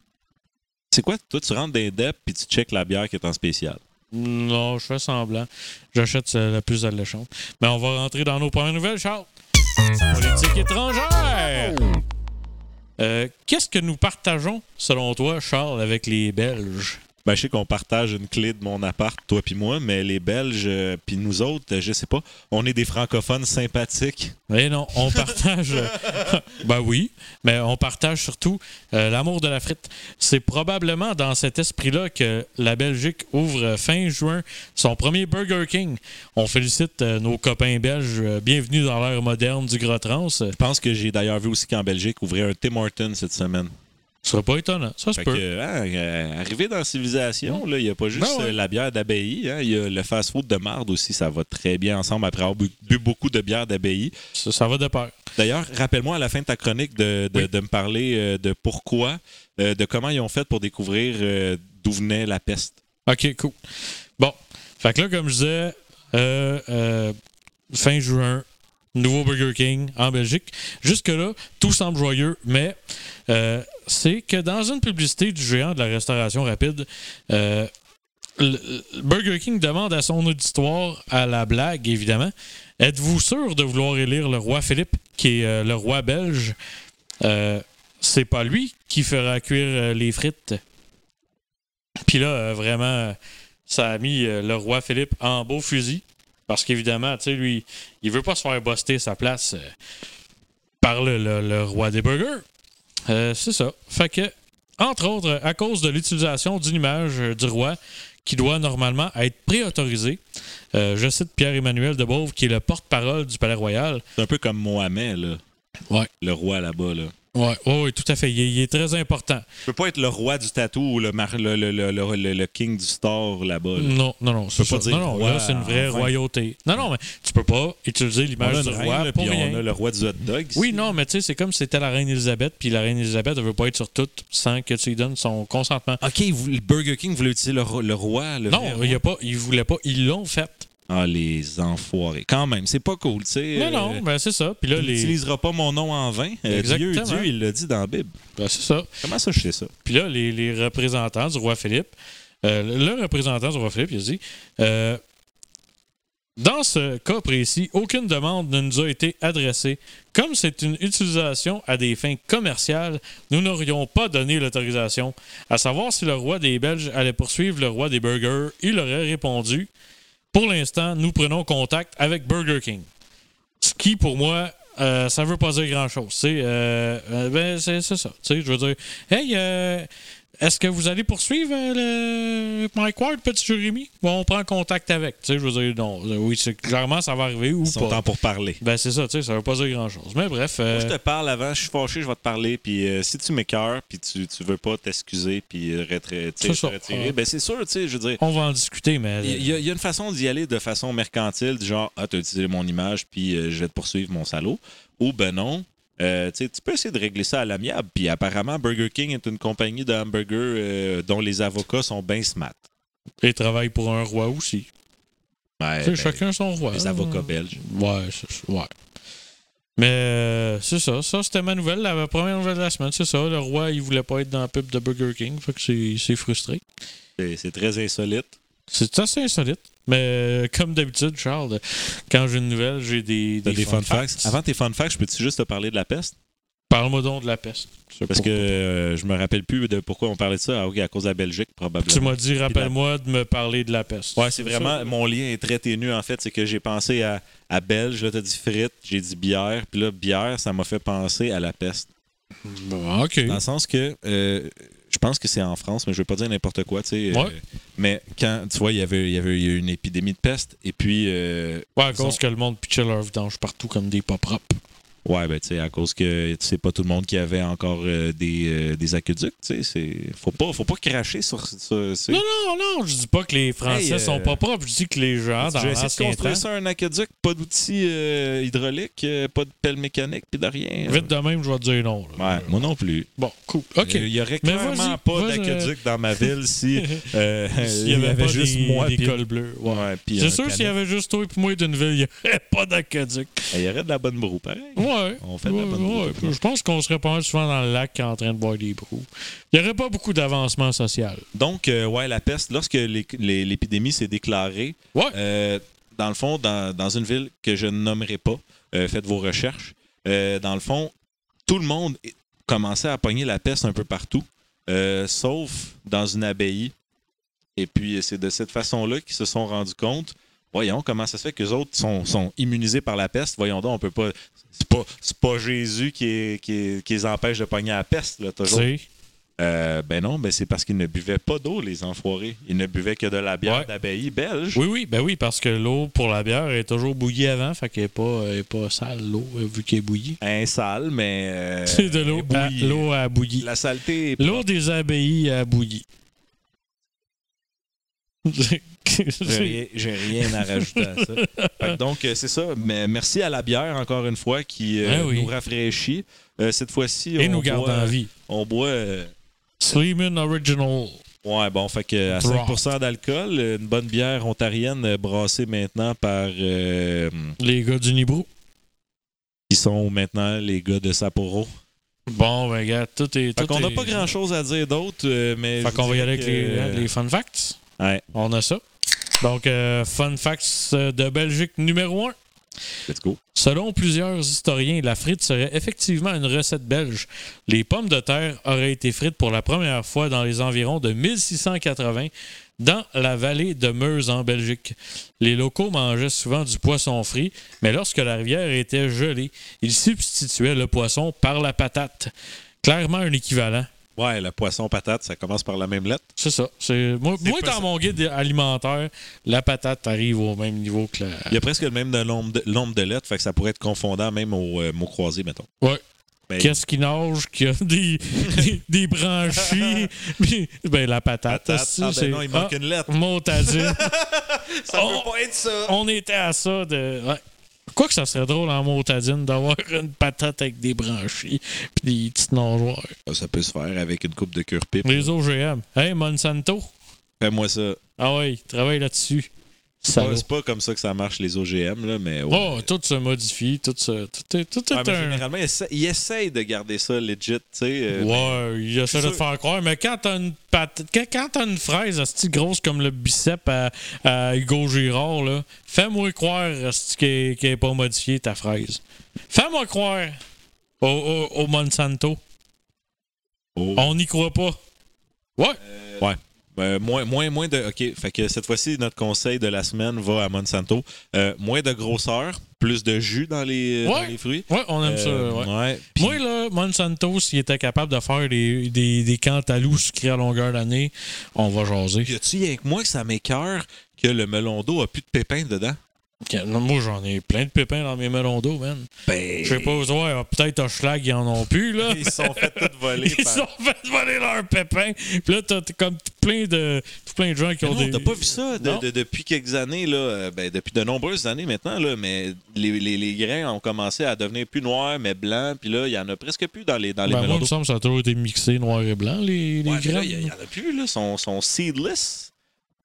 S2: c'est quoi? Toi, tu rentres dans les DEP puis tu checkes la bière qui est en spécial.
S1: Non, je fais semblant. J'achète euh, la plus alléchante. Mais on va rentrer dans nos premières nouvelles, Charles. Politique étrangère. Euh, Qu'est-ce que nous partageons, selon toi, Charles, avec les Belges?
S2: Ben, je sais qu'on partage une clé de mon appart, toi puis moi, mais les Belges euh, puis nous autres, euh, je sais pas, on est des francophones sympathiques.
S1: Mais Eh non, on partage. euh, ben oui, mais on partage surtout euh, l'amour de la frite. C'est probablement dans cet esprit-là que la Belgique ouvre euh, fin juin son premier Burger King. On félicite euh, nos copains belges. euh, bienvenue dans l'ère moderne du gras trans. Euh,
S2: Je pense que j'ai d'ailleurs vu aussi qu'en Belgique, ouvrir un Tim Hortons cette semaine.
S1: Ce serait pas étonnant. Ça se
S2: Fait
S1: peut.
S2: que, hein, euh, arrivé dans la civilisation, là, il n'y a pas juste
S1: Ben ouais.
S2: euh, la bière d'abbaye, hein, il y a le fast-food de marde aussi, ça va très bien ensemble après avoir bu, bu beaucoup de bière d'abbaye.
S1: Ça, ça va de pair.
S2: D'ailleurs, rappelle-moi à la fin de ta chronique de, de-
S1: Oui.
S2: de me parler euh, de pourquoi, euh, de comment ils ont fait pour découvrir euh, d'où venait la peste.
S1: OK, cool. Bon. Fait que là, comme je disais, euh, euh, fin juin, nouveau Burger King en Belgique. Jusque-là, tout semble joyeux, mais euh, c'est que dans une publicité du géant de la restauration rapide, euh, le- le Burger King demande à son auditoire, à la blague évidemment, êtes-vous sûr de vouloir élire le roi Philippe, qui est euh, le roi belge Euh, C'est pas lui qui fera cuire euh, les frites. Puis là, euh, vraiment, euh, ça a mis euh, le roi Philippe en beau fusil. Parce qu'évidemment, tu sais, lui, il veut pas se faire buster sa place euh, par le, le- le roi des burgers. Euh, c'est ça. Fait que, entre autres, à cause de l'utilisation d'une image euh, du roi qui doit normalement être préautorisée, euh, je cite Pierre-Emmanuel de Beauve, qui est le porte-parole du Palais Royal.
S2: C'est un peu comme Mohamed, là,
S1: Ouais.
S2: le roi là-bas. Là.
S1: Ouais, ouais, ouais, tout à fait. Il est- il est très important.
S2: Tu peux pas être le roi du tatou ou le, mar- le, le- le- le- le- le king du store là-bas. là.
S1: Non, non, non. c'est
S2: peux pas
S1: ça.
S2: dire
S1: non, non,
S2: roi
S1: là, c'est une vraie
S2: enfin.
S1: royauté. Non, non, mais tu peux pas utiliser
S2: On a
S1: l'image
S2: une
S1: du
S2: reine,
S1: roi
S2: là,
S1: pour
S2: puis
S1: rien.
S2: on a le roi du hot dog. ici.
S1: Oui, non, mais tu sais, c'est comme si c'était la reine Elisabeth, puis la reine Elisabeth, elle veut pas être sur tout sans que tu lui donnes son consentement.
S2: OK, vous- le Burger King voulait utiliser le, ro- le roi, le vrai hein?
S1: Non,
S2: roi.
S1: il y a pas, ils voulaient pas, ils l'ont fait.
S2: Ah, les enfoirés. Quand même, c'est pas cool, tu sais. Euh,
S1: non, non, ben c'est ça. Puis là,
S2: il
S1: les.
S2: n'utilisera pas mon nom en vain. Euh, Dieu,
S1: Exactement.
S2: Dieu, il l'a dit dans la Bible.
S1: ben, c'est ça.
S2: Comment ça, je sais ça?
S1: Puis là, les, les représentants du roi Philippe, euh, le représentant du roi Philippe, il a dit euh, Dans ce cas précis, aucune demande ne nous a été adressée. Comme c'est une utilisation à des fins commerciales, nous n'aurions pas donné l'autorisation. À savoir si le roi des Belges allait poursuivre le roi des burgers, il aurait répondu Pour l'instant, nous prenons contact avec Burger King. Ce qui, pour moi, euh, ça veut pas dire grand-chose. C'est, euh, euh, ben, c'est, c'est ça. Tu sais, je veux dire, hey, euh, Est-ce que vous allez poursuivre euh, le Mike Ward, petit Jérémy? Bon, on prend contact avec. Tu sais, je veux dire, non, oui, c'est- clairement, ça va arriver ou
S2: Ils sont
S1: pas.
S2: en pour parler.
S1: Ben, c'est ça, tu sais, ça veut pas dire grand-chose. Mais bref, euh,
S2: Moi, je te parle avant, je suis fâché, je vais te parler. Puis euh, si tu m'écœures, puis tu, tu veux pas t'excuser, puis euh, retra- tu sais,
S1: C'est ça.
S2: te retirer, ben c'est sûr, tu sais, je veux dire.
S1: on va en discuter, mais...
S2: Il y, a- il y a une façon d'y aller de façon mercantile, du genre, ah, t'as utilisé mon image, puis euh, je vais te poursuivre, mon salaud. Ou ben non. euh, tu sais, tu peux essayer de régler ça à l'amiable. Puis apparemment, Burger King est une compagnie de hamburgers euh, dont les avocats sont bien smart.
S1: Et travaille pour un roi aussi.
S2: Ouais,
S1: Tu sais,
S2: ben,
S1: chacun son roi.
S2: les
S1: là.
S2: avocats belges.
S1: Ouais, c'est- c'est- ouais. Mais euh, c'est ça. Ça, c'était ma nouvelle, la première nouvelle de la semaine. C'est ça. Le roi, il voulait pas être dans la pub de Burger King. Fait que c'est c'est frustré.
S2: C'est c'est très insolite.
S1: C'est assez insolite. Mais euh, comme d'habitude, Charles, quand j'ai une nouvelle, j'ai des,
S2: T'as des fun facts. Avant tes fun facts, je peux-tu juste te parler de la peste?
S1: Parle-moi donc de la peste. C'est
S2: Parce
S1: pour-
S2: que euh, je me rappelle plus de pourquoi on parlait de ça. Ah, ok, à cause de la Belgique, probablement.
S1: Tu m'as dit, rappelle-moi de me parler de la peste.
S2: Ouais, c'est vraiment.
S1: ça?
S2: Mon lien est très ténu, en fait. C'est que j'ai pensé à, à Belge, là, t'as dit frites, j'ai dit bière. Puis là, bière, ça m'a fait penser à la peste.
S1: Bon, Ah, ok.
S2: Dans le sens que. euh, je pense que c'est en France, mais je veux pas dire n'importe quoi, tu sais. euh,
S1: Ouais.
S2: mais quand, tu vois, il y avait, il y avait il y a eu une épidémie de peste, et puis, euh,
S1: Ouais, à
S2: disons-
S1: cause que le monde pitchait leur vidange partout comme des pas propres.
S2: ouais, ben, tu sais, à cause que c'est pas tout le monde qui avait encore euh, des, euh, des aqueducs, tu sais. c'est- Faut pas, faut pas cracher sur. sur- sur-
S1: Non, non, non, je dis pas que les Français
S2: Hey, euh,
S1: sont pas propres. Je dis que les gens, dans
S2: J'ai essayé de
S1: l'ancien temps...
S2: construire ça un aqueduc, pas d'outils euh, hydrauliques, euh, pas de pelle mécanique, puis de rien.
S1: Vite de même, je vais te dire non. là.
S2: Ouais, moi non plus.
S1: Bon, cool. OK.
S2: Il y aurait
S1: Mais
S2: clairement
S1: vas-y,
S2: pas
S1: vas-y.
S2: d'aqueduc dans ma ville si
S1: *laughs*
S2: euh,
S1: S'il y avait, pas juste des, moi des cols bleus. ouais.
S2: Ouais, puis un
S1: C'est sûr, s'il y
S2: canot.
S1: avait juste toi et moi d'une ville, il n'y aurait pas d'aqueduc.
S2: Eh, Il y aurait de la bonne broue, pareil.
S1: Ouais.
S2: On fait de la
S1: Ouais,
S2: bonne
S1: ouais.
S2: broue.
S1: Je pense qu'on serait pas mal souvent dans le lac en train de boire des brous. Il n'y aurait pas beaucoup d'avancement social.
S2: Donc, euh, ouais, la peste, lorsque les- les- l'épidémie s'est déclarée,
S1: Ouais.
S2: euh, dans le fond, dans, dans une ville que je ne nommerai pas, euh, faites vos recherches. euh, dans le fond, tout le monde é- commençait à pogner la peste un peu partout, euh, sauf dans une abbaye. Et puis, c'est de cette façon-là qu'ils se sont rendus compte. Voyons comment ça se fait que les autres sont, sont immunisés par la peste. Voyons donc, on peut pas. C'est pas, c'est pas Jésus qui, est- qui, est- qui les empêche de pogner la peste, là,
S1: Tu
S2: toujours.
S1: sais,
S2: Euh, ben non, ben c'est parce qu'ils ne buvaient pas d'eau, les enfoirés. Ils ne buvaient que de la bière
S1: Ouais.
S2: d'abbaye belge.
S1: Oui, oui, ben oui, parce que l'eau pour la bière est toujours bouillie avant, fait qu'elle n'est pas, elle est pas sale, l'eau, euh, vu qu'elle est bouillie.
S2: Un sale, mais. euh,
S1: C'est de l'eau à,
S2: bouillie.
S1: l'eau à bouillie.
S2: La saleté est
S1: L'eau des abbayes à
S2: *laughs*
S1: bouillie. *laughs*
S2: J'ai rien- J'ai rien à rajouter à
S1: *laughs*
S2: ça. Fait que donc, euh, c'est ça. Mais merci à la bière, encore une fois, qui euh,
S1: Ah oui.
S2: nous rafraîchit. Euh, cette fois-ci,
S1: Et
S2: on,
S1: nous garde
S2: boit-
S1: en vie.
S2: on boit. euh,
S1: Sleeman Original.
S2: ouais, bon, fait que à
S1: Drop.
S2: 5 d'alcool, une bonne bière ontarienne euh, brassée maintenant par. euh,
S1: Les gars du Nibrou.
S2: qui sont maintenant les gars de Sapporo.
S1: Bon, ben, regarde, tout est.
S2: Fait
S1: tout
S2: qu'on n'a
S1: est-
S2: pas grand chose à dire d'autre, euh, mais.
S1: Fait
S2: je
S1: qu'on va y
S2: dirais
S1: aller avec
S2: que-
S1: les, hein, les fun facts.
S2: Ouais,
S1: On a ça. Donc, euh, fun facts euh, de Belgique numéro 1.
S2: let's go.
S1: Selon plusieurs historiens, la frite serait effectivement une recette belge. Les pommes de terre auraient été frites pour la première fois dans les environs de 1680 dans la vallée de Meuse en Belgique. Les locaux mangeaient souvent du poisson frit, mais lorsque la rivière était gelée, ils substituaient le poisson par la patate. Clairement un équivalent.
S2: Ouais, le poisson patate, ça commence par la même lettre.
S1: C'est ça. C'est- Moi,
S2: C'est
S1: moi,
S2: pas
S1: dans
S2: ça.
S1: mon guide alimentaire, la patate arrive au même niveau que la,
S2: Il y a presque le même de nombre, de, nombre de lettres, fait que ça pourrait être confondant même au euh, mot croisé, mettons.
S1: Ouais.
S2: Ben,
S1: Qu'est-ce qui nage, qui a
S2: *laughs*
S1: des, des, des branchies, puis- ben la patate.
S2: patate,
S1: aussi,
S2: ah, ben
S1: c'est-
S2: non, il manque
S1: ah, Oh.
S2: une lettre. *laughs*
S1: Montagine.
S2: Ça
S1: on-
S2: pas être ça.
S1: On était à ça de. ouais. Quoi que ça serait drôle en Montadine d'avoir une patate avec des branchies puis des petites nageoires.
S2: Ça peut se faire avec une coupe de cure pipe.
S1: Les OGM. Hey, Monsanto.
S2: Fais-moi ça.
S1: Ah ouais, il travaille là-dessus.
S2: Ouais,
S1: Ça
S2: c'est pas comme ça que ça marche les OGM, là, mais. ouais.
S1: Oh, tout se modifie, tout se. Tout est, tout est
S2: Ouais, mais
S1: un.
S2: Généralement, ils essa- ils essayent de garder ça legit, tu sais. euh,
S1: Ouais, il essaie de te
S2: sûr.
S1: faire croire, mais quand t'as une patate, quand, quand t'as une fraise asti grosse comme le bicep à, à Hugo Girard, là, fais-moi croire asti qu'elle qu'elle est pas modifiée ta fraise. Fais-moi croire au, au- au Monsanto.
S2: Oh.
S1: On n'y croit pas. Ouais.
S2: Ouais. Euh, moins, moins, moins de. OK. Fait que cette fois-ci, notre conseil de la semaine va à Monsanto. Euh, moins de grosseur, plus de jus dans les, dans les fruits.
S1: Ouais, on aime
S2: Euh,
S1: ça. ouais.
S2: ouais. Puis-
S1: Moi, là, Monsanto, s'il était capable de faire des, des, des cantaloupes sucrées à longueur d'année, on va jaser.
S2: Y a-tu rien que moi que ça m'écœure que le melon d'eau a plus de pépins dedans?
S1: Ok, non, Moi, j'en ai plein de pépins dans mes melons d'eau, man.
S2: Ben.
S1: Je sais pas, ouais, alors, peut-être Hochelag, ils en ont
S2: *laughs*
S1: plus, là.
S2: Ils se sont fait tout voler.
S1: Ils
S2: par-
S1: se sont fait voler leurs pépins. Puis là, t'as t'as comme tout plein de, tout plein de gens qui
S2: Mais
S1: ont
S2: Non,
S1: des.
S2: t'as pas vu ça de-
S1: Non.
S2: de- depuis quelques années, là, euh, ben, depuis de nombreuses années maintenant, là, mais les, les- les grains ont commencé à devenir plus noirs, mais blancs, puis là, il y en a presque plus dans les, dans les
S1: Ben, moi,
S2: melons
S1: il me
S2: d'eau.
S1: semble que ça a toujours été mixé noir et blanc, les, les
S2: Ouais, mais là,
S1: graines.
S2: Il y, en a plus, là, sont, sont seedless.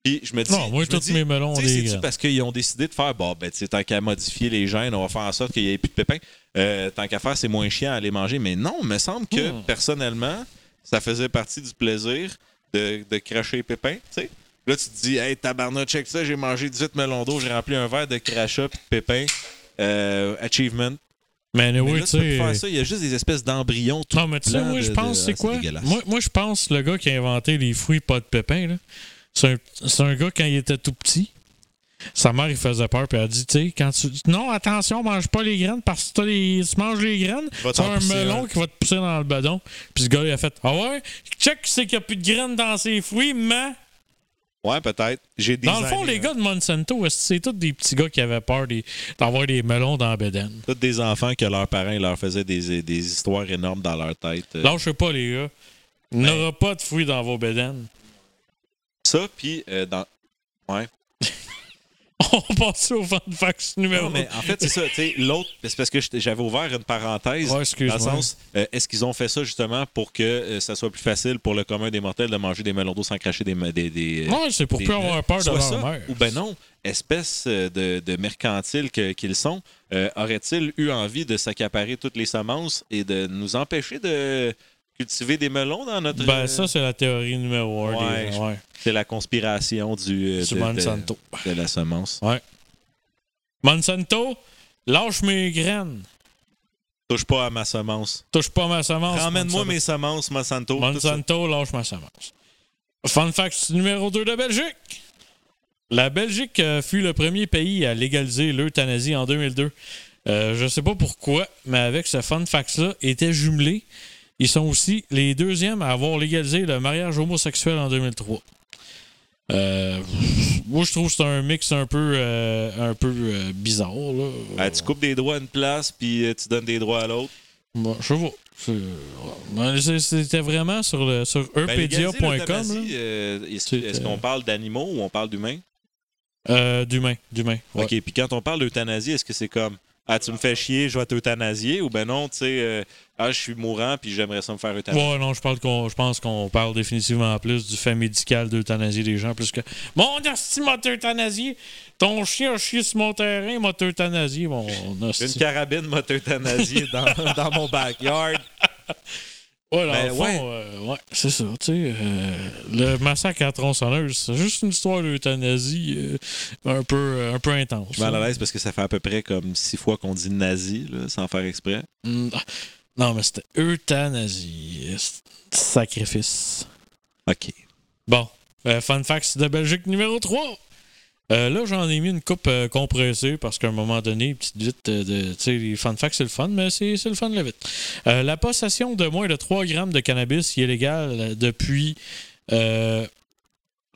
S2: Puis je me dis.
S1: Non, moi,
S2: je me
S1: tous
S2: dis,
S1: mes melons ont
S2: tu sais,
S1: des
S2: c'est-tu
S1: graines.
S2: parce qu'ils ont décidé de faire, bon, ben, tu sais, tant qu'à modifier les gènes, on va faire en sorte qu'il n'y ait plus de pépins. Euh, tant qu'à faire, c'est moins chiant à les manger. Mais non, me semble que,
S1: Hmm.
S2: personnellement, ça faisait partie du plaisir de, de cracher les pépins, tu sais. Là, tu te dis, hey, tabarnak, check ça, j'ai mangé 18 melons d'eau, j'ai rempli un verre de crachat puis de pépins. Euh, achievement.
S1: Mais
S2: Mais
S1: anyway,
S2: là,
S1: tu
S2: tu peux plus
S1: sais.
S2: faire ça, il y a juste des espèces d'embryons tout
S1: Non, mais tu sais,
S2: blancs
S1: moi,
S2: de-
S1: je pense,
S2: de- ah,
S1: c'est quoi?
S2: dégueulasse.
S1: Moi, moi, je pense le gars qui a inventé les fruits pas de pépins, là, c'est un, c'est un gars quand il était tout petit. Sa mère, il faisait peur, puis elle a dit, tu sais, quand tu. Non, attention, mange pas les graines, parce que t'as les- tu manges les graines,
S2: Va
S1: t'as
S2: t'en
S1: un
S2: pousser
S1: melon
S2: un.
S1: qui va te pousser dans le badon. Puis ce gars, il a fait, ah ouais, check, c'est qu'il n'y a plus de graines dans ses fruits, mais.
S2: Ouais, peut-être. J'ai hein.
S1: Dans le fond,
S2: designé
S1: les
S2: un-
S1: gars de Monsanto, est-ce que c'est tous des petits gars qui avaient peur des- d'avoir des melons dans la bédaine.
S2: Tous des enfants que leurs parents leur faisaient des, des histoires énormes dans leur tête. Euh,
S1: Lâchez pas, les gars. Il
S2: Ben,
S1: n'y aura pas de fruits dans vos bédaines.
S2: Ça, puis euh, dans.
S1: *laughs* On passe au fan fax numéro.
S2: Non, mais en fait, c'est ça. tu sais, L'autre, c'est parce que j'étais- j'avais ouvert une parenthèse.
S1: Ouais,
S2: dans
S1: excuse-moi.
S2: le sens, euh, est-ce qu'ils ont fait ça justement pour que euh, ça soit plus facile pour le commun des mortels de manger des melons d'eau sans cracher des. ma- des, des-
S1: Ouais, c'est pour
S2: des-
S1: plus avoir peur de
S2: soit
S1: leur
S2: ça,
S1: mère.
S2: Ou ben non, espèce euh, de, de mercantile que- qu'ils sont, euh, auraient-ils eu envie de s'accaparer toutes les semences et de nous empêcher de cultiver des melons dans notre.
S1: Ben, ça, c'est la théorie numéro un.
S2: Ouais,
S1: des-
S2: je-
S1: ouais.
S2: C'est la conspiration du, euh,
S1: Du
S2: de, de-
S1: Monsanto.
S2: de la semence.
S1: Monsanto, lâche mes graines.
S2: Touche pas à ma semence.
S1: Touche pas ma semence.
S2: Ramène-moi
S1: Monsanto.
S2: mes semences, Monsanto. tout ça.
S1: Monsanto, lâche ma semence. Fun fact numéro 2 de Belgique. La Belgique euh, fut le premier pays à légaliser l'euthanasie en 2002. Euh, je sais pas pourquoi, mais avec ce fun fact-là, étaient jumelés. Ils sont aussi les deuxièmes à avoir légalisé le mariage homosexuel en 2003. Euh, moi, je trouve que c'est un mix un peu, euh, un peu euh, bizarre. Là.
S2: Ah, tu coupes des droits à une place, puis euh, tu donnes des droits à l'autre.
S1: Bon, je sais pas. C'est- euh, ouais. C'est- C'était vraiment sur, le, sur
S2: Ben, légaliser
S1: eupedia.com. là.
S2: l'euthanasie, euh, Est-ce
S1: C'est,
S2: est-ce
S1: euh,
S2: qu'on parle d'animaux ou on parle d'humains?
S1: Euh, d'humain, d'humain. ouais.
S2: OK, puis quand on parle d'euthanasie, est-ce que c'est comme Ah, tu me fais chier, je vais t'euthanasier? Ou ben non, tu sais, euh, ah, je suis mourant, puis j'aimerais ça me faire euthanasier.
S1: Ouais, non, je, parle qu'on, je pense qu'on parle définitivement plus du fait médical d'euthanasie des gens, plus que Mon asti m'a euthanasié, ton chien a chié sur mon terrain, m'a euthanasié, mon asti.
S2: Une carabine m'a *laughs* euthanasié dans, dans mon backyard.
S1: Ouais, dans
S2: Ben,
S1: le fond,
S2: ouais.
S1: euh, ouais, c'est ça, tu sais. euh, le massacre à la tronçonneuse, c'est juste une histoire d'euthanasie euh, un, peu, un peu intense.
S2: Je suis mal
S1: hein.
S2: à l'aise parce que ça fait à peu près comme six fois qu'on dit nazi, là, sans faire exprès.
S1: Mm, ah. Non, mais c'était euthanasie, c'est- sacrifice.
S2: OK.
S1: Bon, euh, fun facts de Belgique numéro 3. Euh, là, j'en ai mis une coupe euh, compressée parce qu'à un moment donné, petite vite, euh, de, tu sais, les fun facts, c'est le fun, mais c'est c'est le fun, la vite. Euh, la possession de moins de 3 grammes de cannabis y est légale depuis. euh,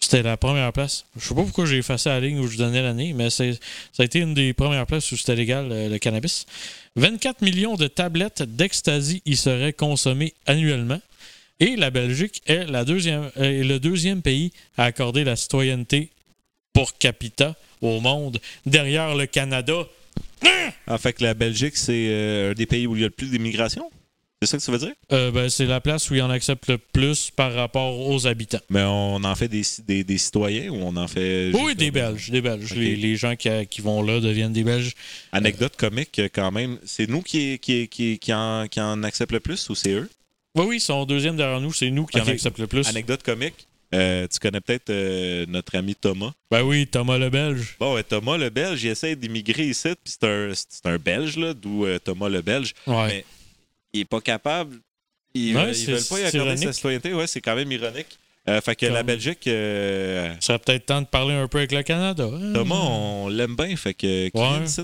S1: c'était la première place. Je sais pas pourquoi j'ai effacé la ligne où je donnais l'année, mais c'est- ça a été une des premières places où c'était légal euh, le cannabis. 24 millions de tablettes d'ecstasy y seraient consommées annuellement. Et la Belgique est, la deuxième, euh, est le deuxième pays à accorder la citoyenneté pour capita au monde, derrière le Canada.
S2: Ah, fait que la Belgique, c'est euh, un des pays où il y a le plus d'immigration? C'est ça que tu veux dire?
S1: Euh, ben, c'est la place où il en accepte le plus par rapport aux habitants.
S2: Mais Ben, on en fait des, ci- des, des citoyens ou on en fait.
S1: Oui,
S2: juste-
S1: des Belges, des Belges.
S2: Ok.
S1: Les, les gens qui, qui vont là deviennent des Belges.
S2: Anecdote comique, euh, quand même. C'est nous qui, qui, qui, qui, en, qui en acceptent le plus ou c'est eux?
S1: Oui, oui, ils sont deuxième derrière nous, c'est nous qui
S2: Ok.
S1: en acceptent le plus.
S2: Anecdote comique. euh, tu connais peut-être euh, notre ami Thomas.
S1: Ben oui, Thomas le Belge.
S2: Bon, ouais, Thomas le Belge, il essaie d'immigrer ici, puis c'est un, c'est un Belge, là, d'où euh, Thomas le Belge.
S1: Ouais.
S2: Mais- Il est pas capable. Ils,
S1: Ouais,
S2: veulent- ils
S1: c'est-
S2: veulent pas y
S1: c'est
S2: accorder
S1: ironique.
S2: sa citoyenneté. Ouais, c'est quand même ironique. Euh, fait que
S1: Comme-
S2: la Belgique, euh,
S1: Ça serait peut-être temps de parler un peu avec le Canada. hein?
S2: Thomas, on l'aime bien. Fait que, qui vient
S1: Ouais.
S2: ici?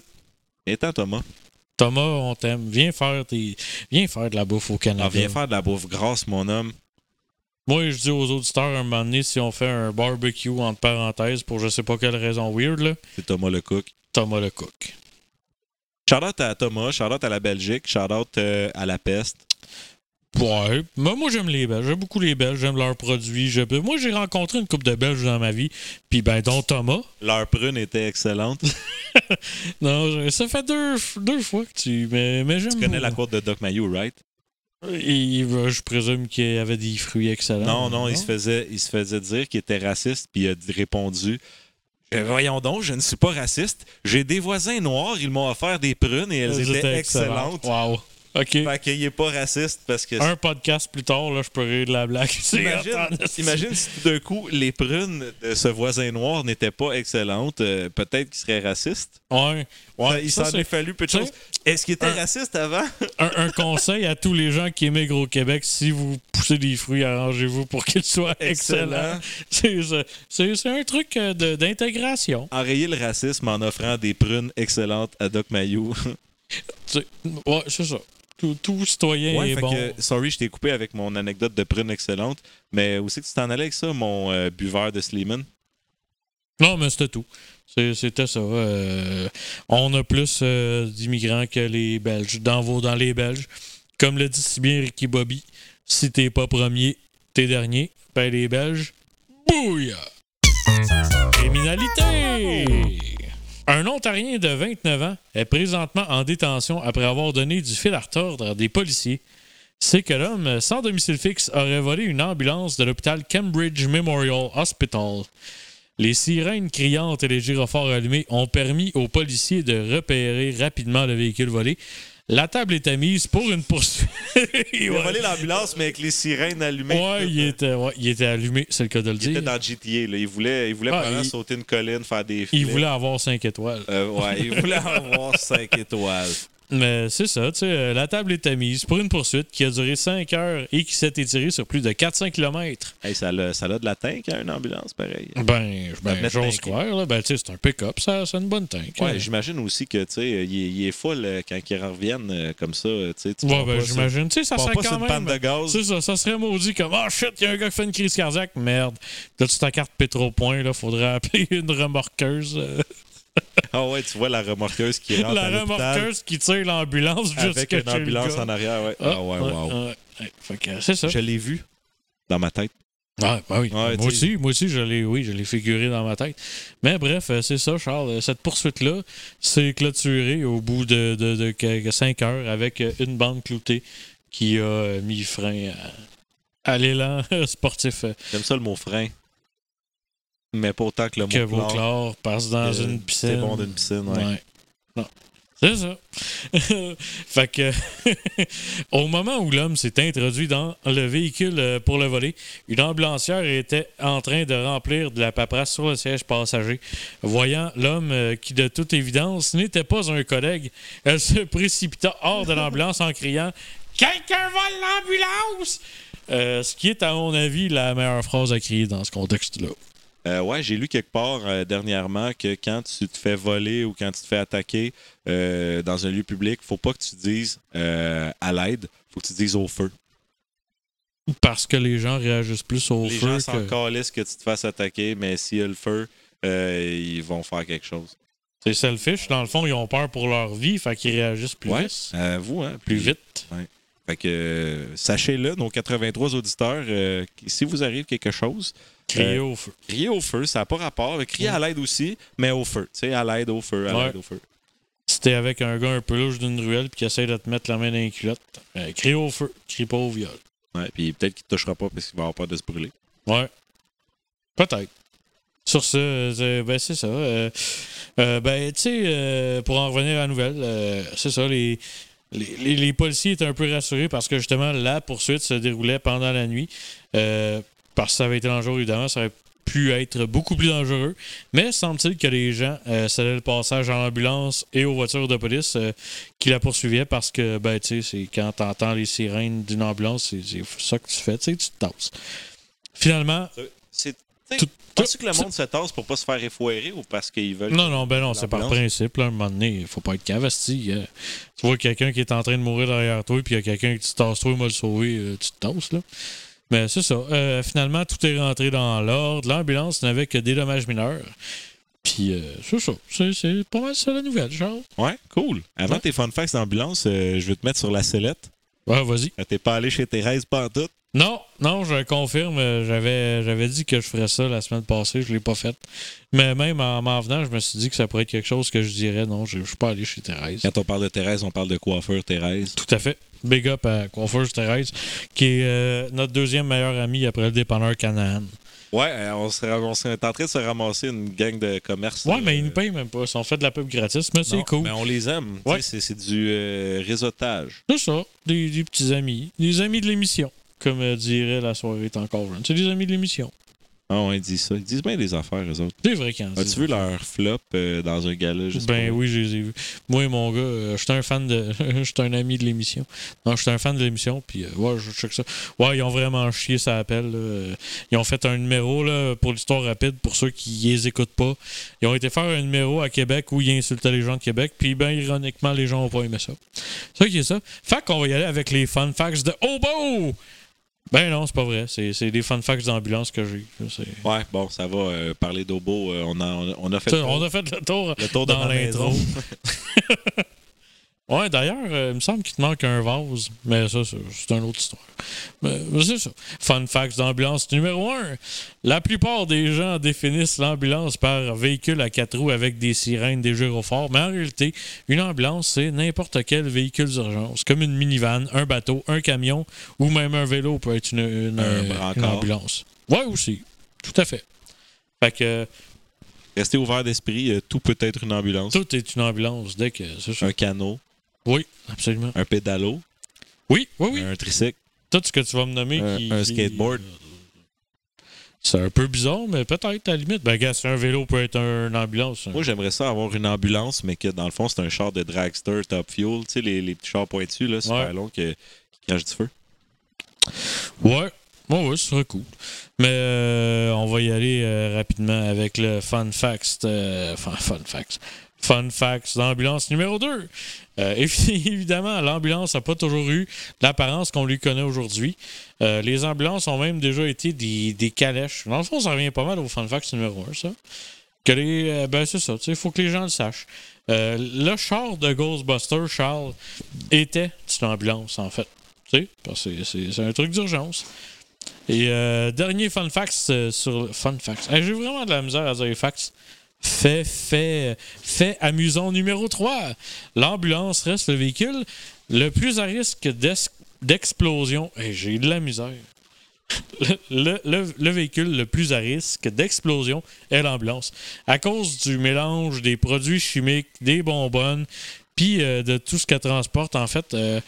S2: Étant Thomas,
S1: Thomas, on t'aime. Viens faire, tes... Viens faire de la bouffe au Canada.
S2: on vient faire de la bouffe grasse, mon homme.
S1: Moi, je dis aux auditeurs un moment donné, si on fait un barbecue entre parenthèses pour je sais pas quelle raison weird, là,
S2: C'est Thomas le cook.
S1: Thomas le cook.
S2: Shout-out à Thomas, shout-out à la Belgique, shout-out euh, à la peste.
S1: Ouais. Moi, moi j'aime les Belges. J'aime beaucoup les Belges. J'aime leurs produits. J'aime- Moi, j'ai rencontré une couple de Belges dans ma vie. Puis, ben, dont Thomas.
S2: Leur prune était excellente.
S1: Non, je- ça fait deux, f- deux fois que tu. Mais, mais j'aime.
S2: tu connais la courte de Doc Mayou, right?
S1: Et- euh, je présume qu'il y avait des fruits
S2: Non,
S1: excellents.
S2: non, il se faisait, il se faisait dire qu'il était raciste, puis il a dit- répondu Eh, Voyons donc, je ne suis pas raciste. J'ai des voisins noirs, ils m'ont offert des prunes et elles étaient excellentes.
S1: Wow. OK.
S2: Fait qu'il n'est pas raciste parce que.
S1: Un podcast plus tard, là, je peux rire de la blague. *laughs* C'est
S2: Imagine,
S1: hot, hein, c'est-
S2: imagine si tout d'un coup, les prunes de ce voisin noir n'étaient pas excellentes. euh, Peut-être qu'il serait raciste.
S1: Ouais.
S2: Ça,
S1: ouais
S2: il
S1: ça,
S2: s'en
S1: c'est
S2: est fallu peu de
S1: tu sais,
S2: choses. Est-ce qu'il était
S1: un-
S2: raciste avant? *laughs*
S1: un, un conseil à tous les gens qui émigrent au Québec. Si vous poussez des fruits, arrangez-vous pour qu'ils soient
S2: Excellent.
S1: excellents. C'est- c'est- C'est c'est un truc euh, de- d'intégration.
S2: Enrayer le racisme en offrant des prunes excellentes à Doc Mayou. *laughs*
S1: Tu sais, Ouais, c'est ça. Tout, tout citoyen
S2: Ouais,
S1: est
S2: fait
S1: bon.
S2: que, sorry, je t'ai coupé avec mon anecdote de prune excellente, mais où c'est que tu t'en allais avec ça, mon euh, buveur de Sleeman?
S1: Non, mais c'était tout. C'est- C'était ça. euh, on a plus euh, d'immigrants que les Belges. Dans, vos, dans les Belges, comme le dit si bien Ricky Bobby, si t'es pas premier, t'es dernier. Ben les Belges, bouille! Criminalité! Un Ontarien de 29 ans est présentement en détention après avoir donné du fil à retordre à des policiers. C'est que l'homme sans domicile fixe aurait volé une ambulance de l'hôpital Cambridge Memorial Hospital. Les sirènes criantes et les gyrophares allumés ont permis aux policiers de repérer rapidement le véhicule volé. La table était mise pour une poursuite. *laughs*
S2: Il a
S1: Ouais.
S2: volé l'ambulance, mais avec les sirènes allumées.
S1: Ouais, il était, ouais, il était allumé, c'est le cas de le
S2: Il
S1: dire.
S2: était dans GTA, là. Il voulait, il voulait
S1: Ah,
S2: probablement
S1: il-
S2: sauter une colline, faire des filets.
S1: Il voulait avoir 5 étoiles.
S2: Euh, ouais, il
S1: *laughs*
S2: voulait avoir 5 étoiles.
S1: Mais c'est ça, tu sais, euh, la table était mise pour une poursuite qui a duré 5 heures et qui s'est étirée sur plus de 400 km.
S2: Hey, ça l'a ça l'a de la tank, hein, une ambulance, pareil.
S1: Ben, je- ben,
S2: mettre
S1: j'ose
S2: tanké.
S1: croire, là. Ben, tu sais, c'est un pick-up, ça, c'est une bonne tank. hein.
S2: Ouais, j'imagine aussi que, tu sais, il, est- il est full euh, quand ils reviennent euh, comme ça, euh, tu sais. tu
S1: Ouais,
S2: prends
S1: ben,
S2: pas ça-
S1: j'imagine. Tu sais,
S2: tu
S1: ça
S2: prends
S1: serait
S2: pas sur
S1: quand
S2: une panne
S1: même.
S2: de gaz.
S1: C'est ça, ça serait maudit comme Ah shit, il y a un gars qui fait une crise cardiaque, merde. Là, tu t'encartes Pétropoint, là, faudrait appeler une remorqueuse. euh,
S2: Ah ouais, tu vois la remorqueuse
S1: *laughs*
S2: qui rentre à
S1: la
S2: l'hôpital
S1: remorqueuse qui tire l'ambulance
S2: avec
S1: jusqu'à
S2: une
S1: chez le
S2: ambulance
S1: gars.
S2: en arrière, ouais.
S1: Ah,
S2: Ah ouais,
S1: ouais,
S2: wow.
S1: ouais, ouais. Fait que, euh, c'est ça.
S2: Je l'ai vu dans ma tête.
S1: Ah, ben oui.
S2: Ouais,
S1: moi
S2: tu sais.
S1: aussi, moi aussi, je l'ai, oui, je l'ai figuré dans ma tête. Mais bref, euh, c'est ça, Charles. Euh, Cette poursuite-là s'est clôturée au bout de, de, 5 heures avec euh, une bande cloutée qui a euh, mis frein à, à l'élan *laughs* sportif euh,
S2: J'aime ça le mot frein. Mais pas autant que le mot
S1: que
S2: chlore,
S1: Vauclard passe dans
S2: que
S1: une piscine.
S2: C'est bon d'une piscine, ouais.
S1: Ouais. Non. C'est ça. *laughs* fait que, *laughs* au moment où l'homme s'est introduit dans le véhicule euh, pour le voler, une ambulancière était en train de remplir de la paperasse sur le siège passager. Voyant l'homme euh, qui, de toute évidence, n'était pas un collègue, elle se précipita hors de l'ambulance en criant Quelqu'un vole l'ambulance Euh, Ce qui est, à mon avis, la meilleure phrase à crier dans ce contexte-là.
S2: Euh, ouais, j'ai lu quelque part euh, dernièrement que quand tu te fais voler ou quand tu te fais attaquer euh, dans un lieu public, faut pas que tu dises euh, à l'aide, faut que tu dises au feu.
S1: Parce que les gens réagissent plus au
S2: Les
S1: feu.
S2: gens
S1: que-
S2: s'en calissent que tu te fasses attaquer, mais s'il y a le feu, euh, ils vont faire quelque chose.
S1: C'est selfish. Dans le fond, ils ont peur pour leur vie, fait qu'ils réagissent plus
S2: Ouais.
S1: vite.
S2: Euh, vous, hein?
S1: Plus vite.
S2: Fait que euh, sachez-le, nos 83 auditeurs, euh, si vous arrive quelque chose,
S1: Crier au feu.
S2: Crier au feu, ça n'a pas rapport. Crier à l'aide aussi, mais au feu. Tu sais, à l'aide, au feu, à
S1: Ouais.
S2: l'aide, au feu.
S1: Si t'es avec un gars un peu louche d'une ruelle puis qui essaie de te mettre la main dans les culottes, euh, crie au feu. Crie pas au viol.
S2: Ouais, puis peut-être qu'il ne touchera pas parce qu'il va avoir peur de se brûler.
S1: Ouais. Peut-être. Sur ce, euh, c'est- ben c'est ça. euh, euh, ben, tu sais, euh, pour en revenir à la nouvelle, euh, c'est ça, les, les, les- les policiers étaient un peu rassurés parce que justement, la poursuite se déroulait pendant la nuit. euh, parce que ça avait été dangereux, évidemment, ça aurait pu être beaucoup plus dangereux. Mais semble-t-il que les gens euh, cédaient le passage en ambulance et aux voitures de police euh, qui la poursuivaient parce que, ben, tu sais, c'est quand t'entends les sirènes d'une ambulance, c'est c'est ça que tu fais, tu sais, tu te tasses. Finalement,
S2: C'est. tu sais,
S1: Tout-
S2: Penses-tu que le monde se tasse pour pas se faire effouérer ou parce qu'ils veulent.
S1: non, non, ben non, c'est par
S2: L'ambulance.
S1: principe. Là, à un moment donné, il faut pas être cavasti. euh. Tu vois quelqu'un qui est en train de mourir derrière toi, puis il y a quelqu'un qui te tasse toi, il m'a le sauvé, euh, tu te tasses, là. Mais c'est ça. Euh, finalement, tout est rentré dans l'ordre. L'ambulance n'avait que des dommages mineurs. Puis, euh, c'est ça. C'est- C'est pas mal ça la nouvelle, Charles.
S2: Ouais, cool. Avant
S1: Ouais.
S2: tes fun facts d'ambulance, euh, je vais te mettre sur la sellette.
S1: Ouais, vas-y.
S2: Euh, T'es pas allé chez Thérèse Pantoute.
S1: Non, non, je confirme. euh, J'avais, j'avais dit que je ferais ça la semaine passée, je l'ai pas fait. Mais même en m'en venant, je me suis dit que ça pourrait être quelque chose que je dirais. Non, je, je suis pas allé chez Thérèse.
S2: Quand on parle de Thérèse, on parle de coiffeur Thérèse.
S1: Tout à fait. Big up à Coiffeuse Thérèse, qui est euh, notre deuxième meilleur ami après le dépanneur Canaan.
S2: Ouais, euh, on, se, ra- on se- on est en train de se ramasser une gang de commerce.
S1: Ouais,
S2: euh,
S1: mais ils nous payent même pas. Ils ont fait de la pub gratis, mais c'est
S2: non,
S1: cool.
S2: Mais on les aime. Tu
S1: Ouais.
S2: sais, C'est c'est du euh, réseautage.
S1: C'est ça, des, des petits amis. Des amis de l'émission, comme euh, dirait la soirée est encore jeune. C'est des amis de l'émission.
S2: Ah, ouais, ils disent ça. Ils disent bien des affaires, eux autres.
S1: C'est vrai quand
S2: As-tu vu leur flop euh, dans un gala? Juste
S1: Ben
S2: pour-
S1: oui, je les ai vus. Moi et mon gars, euh, j'étais un fan de. *laughs* j'étais un ami de l'émission. Non, j'étais un fan de l'émission, puis euh, ouais, je check ça. Ouais, ils ont vraiment chié, ça appelle. là. Euh, Ils ont fait un numéro là, pour l'histoire rapide, pour ceux qui les écoutent pas. Ils ont été faire un numéro à Québec où ils insultaient les gens de Québec, puis ben ironiquement, les gens ont pas aimé ça. C'est ça qui est ça. Fait qu'on va y aller avec les fun facts de Hobo! Ben non, c'est pas vrai. C'est c'est des fun facts d'ambulance que j'ai. C'est-
S2: Ouais, bon, ça va. euh, parler d'Obo, euh, on, a, on a- on a fait
S1: Ça, On a fait le tour.
S2: le tour de
S1: dans
S2: ma
S1: l'intro.
S2: maison.
S1: *laughs* Ouais, d'ailleurs, euh, il me semble qu'il te manque un vase, mais ça, c'est c'est une autre histoire. Mais, mais c'est ça. Fun fact d'ambulance numéro 1. La plupart des gens définissent l'ambulance par véhicule à quatre roues avec des sirènes, des gyrophores, mais en réalité, une ambulance, c'est n'importe quel véhicule d'urgence, comme une minivan, un bateau, un camion ou même un vélo peut être une, une,
S2: Un
S1: euh, une
S2: brancard.
S1: ambulance. Ouais, aussi. Tout à fait. Fait que euh,
S2: Restez ouvert d'esprit. euh, tout peut être une ambulance.
S1: tout est une ambulance dès que c'est ça.
S2: Un canot,
S1: Oui, absolument.
S2: un pédalo,
S1: Oui, oui, oui.
S2: un tricycle,
S1: tout ce que tu vas me nommer
S2: un,
S1: qui,
S2: un
S1: qui-
S2: skateboard.
S1: C'est un peu bizarre, mais peut-être à la limite. Ben, gars, si un vélo peut être un- une ambulance. hein.
S2: Moi, j'aimerais ça avoir une ambulance, mais que dans le fond, c'est un char de dragster top fuel. Tu sais, les, les petits chars pointus, là, super
S1: Ouais.
S2: longs, que- qui crachent du feu.
S1: Ouais. Bon, ouais, ce serait cool. Mais euh, on va y aller euh, rapidement avec le fun facts. euh, fun, fun facts. Fun facts d'ambulance numéro 2. *laughs* évidemment, l'ambulance n'a pas toujours eu l'apparence qu'on lui connaît aujourd'hui. Euh, les ambulances ont même déjà été des, des calèches. Dans le fond, ça revient pas mal au fun facts numéro 1, ça. Que les, euh, ben, c'est ça, il faut que les gens le sachent. Euh, le char de Ghostbusters, Charles, était une ambulance, en fait. Tu sais, parce que c'est c'est un truc d'urgence. Et euh, dernier fun fact euh, sur. Fun fact. Hey, J'ai vraiment de la misère à dire les facts. Fait, fait, fait amusant numéro 3. L'ambulance reste le véhicule le plus à risque d'es- d'explosion. Hey, J'ai de la misère. Le, le- le- le véhicule le plus à risque d'explosion est l'ambulance. À cause du mélange des produits chimiques, des bonbonnes, puis euh, de tout ce qu'elle transporte, en fait, euh,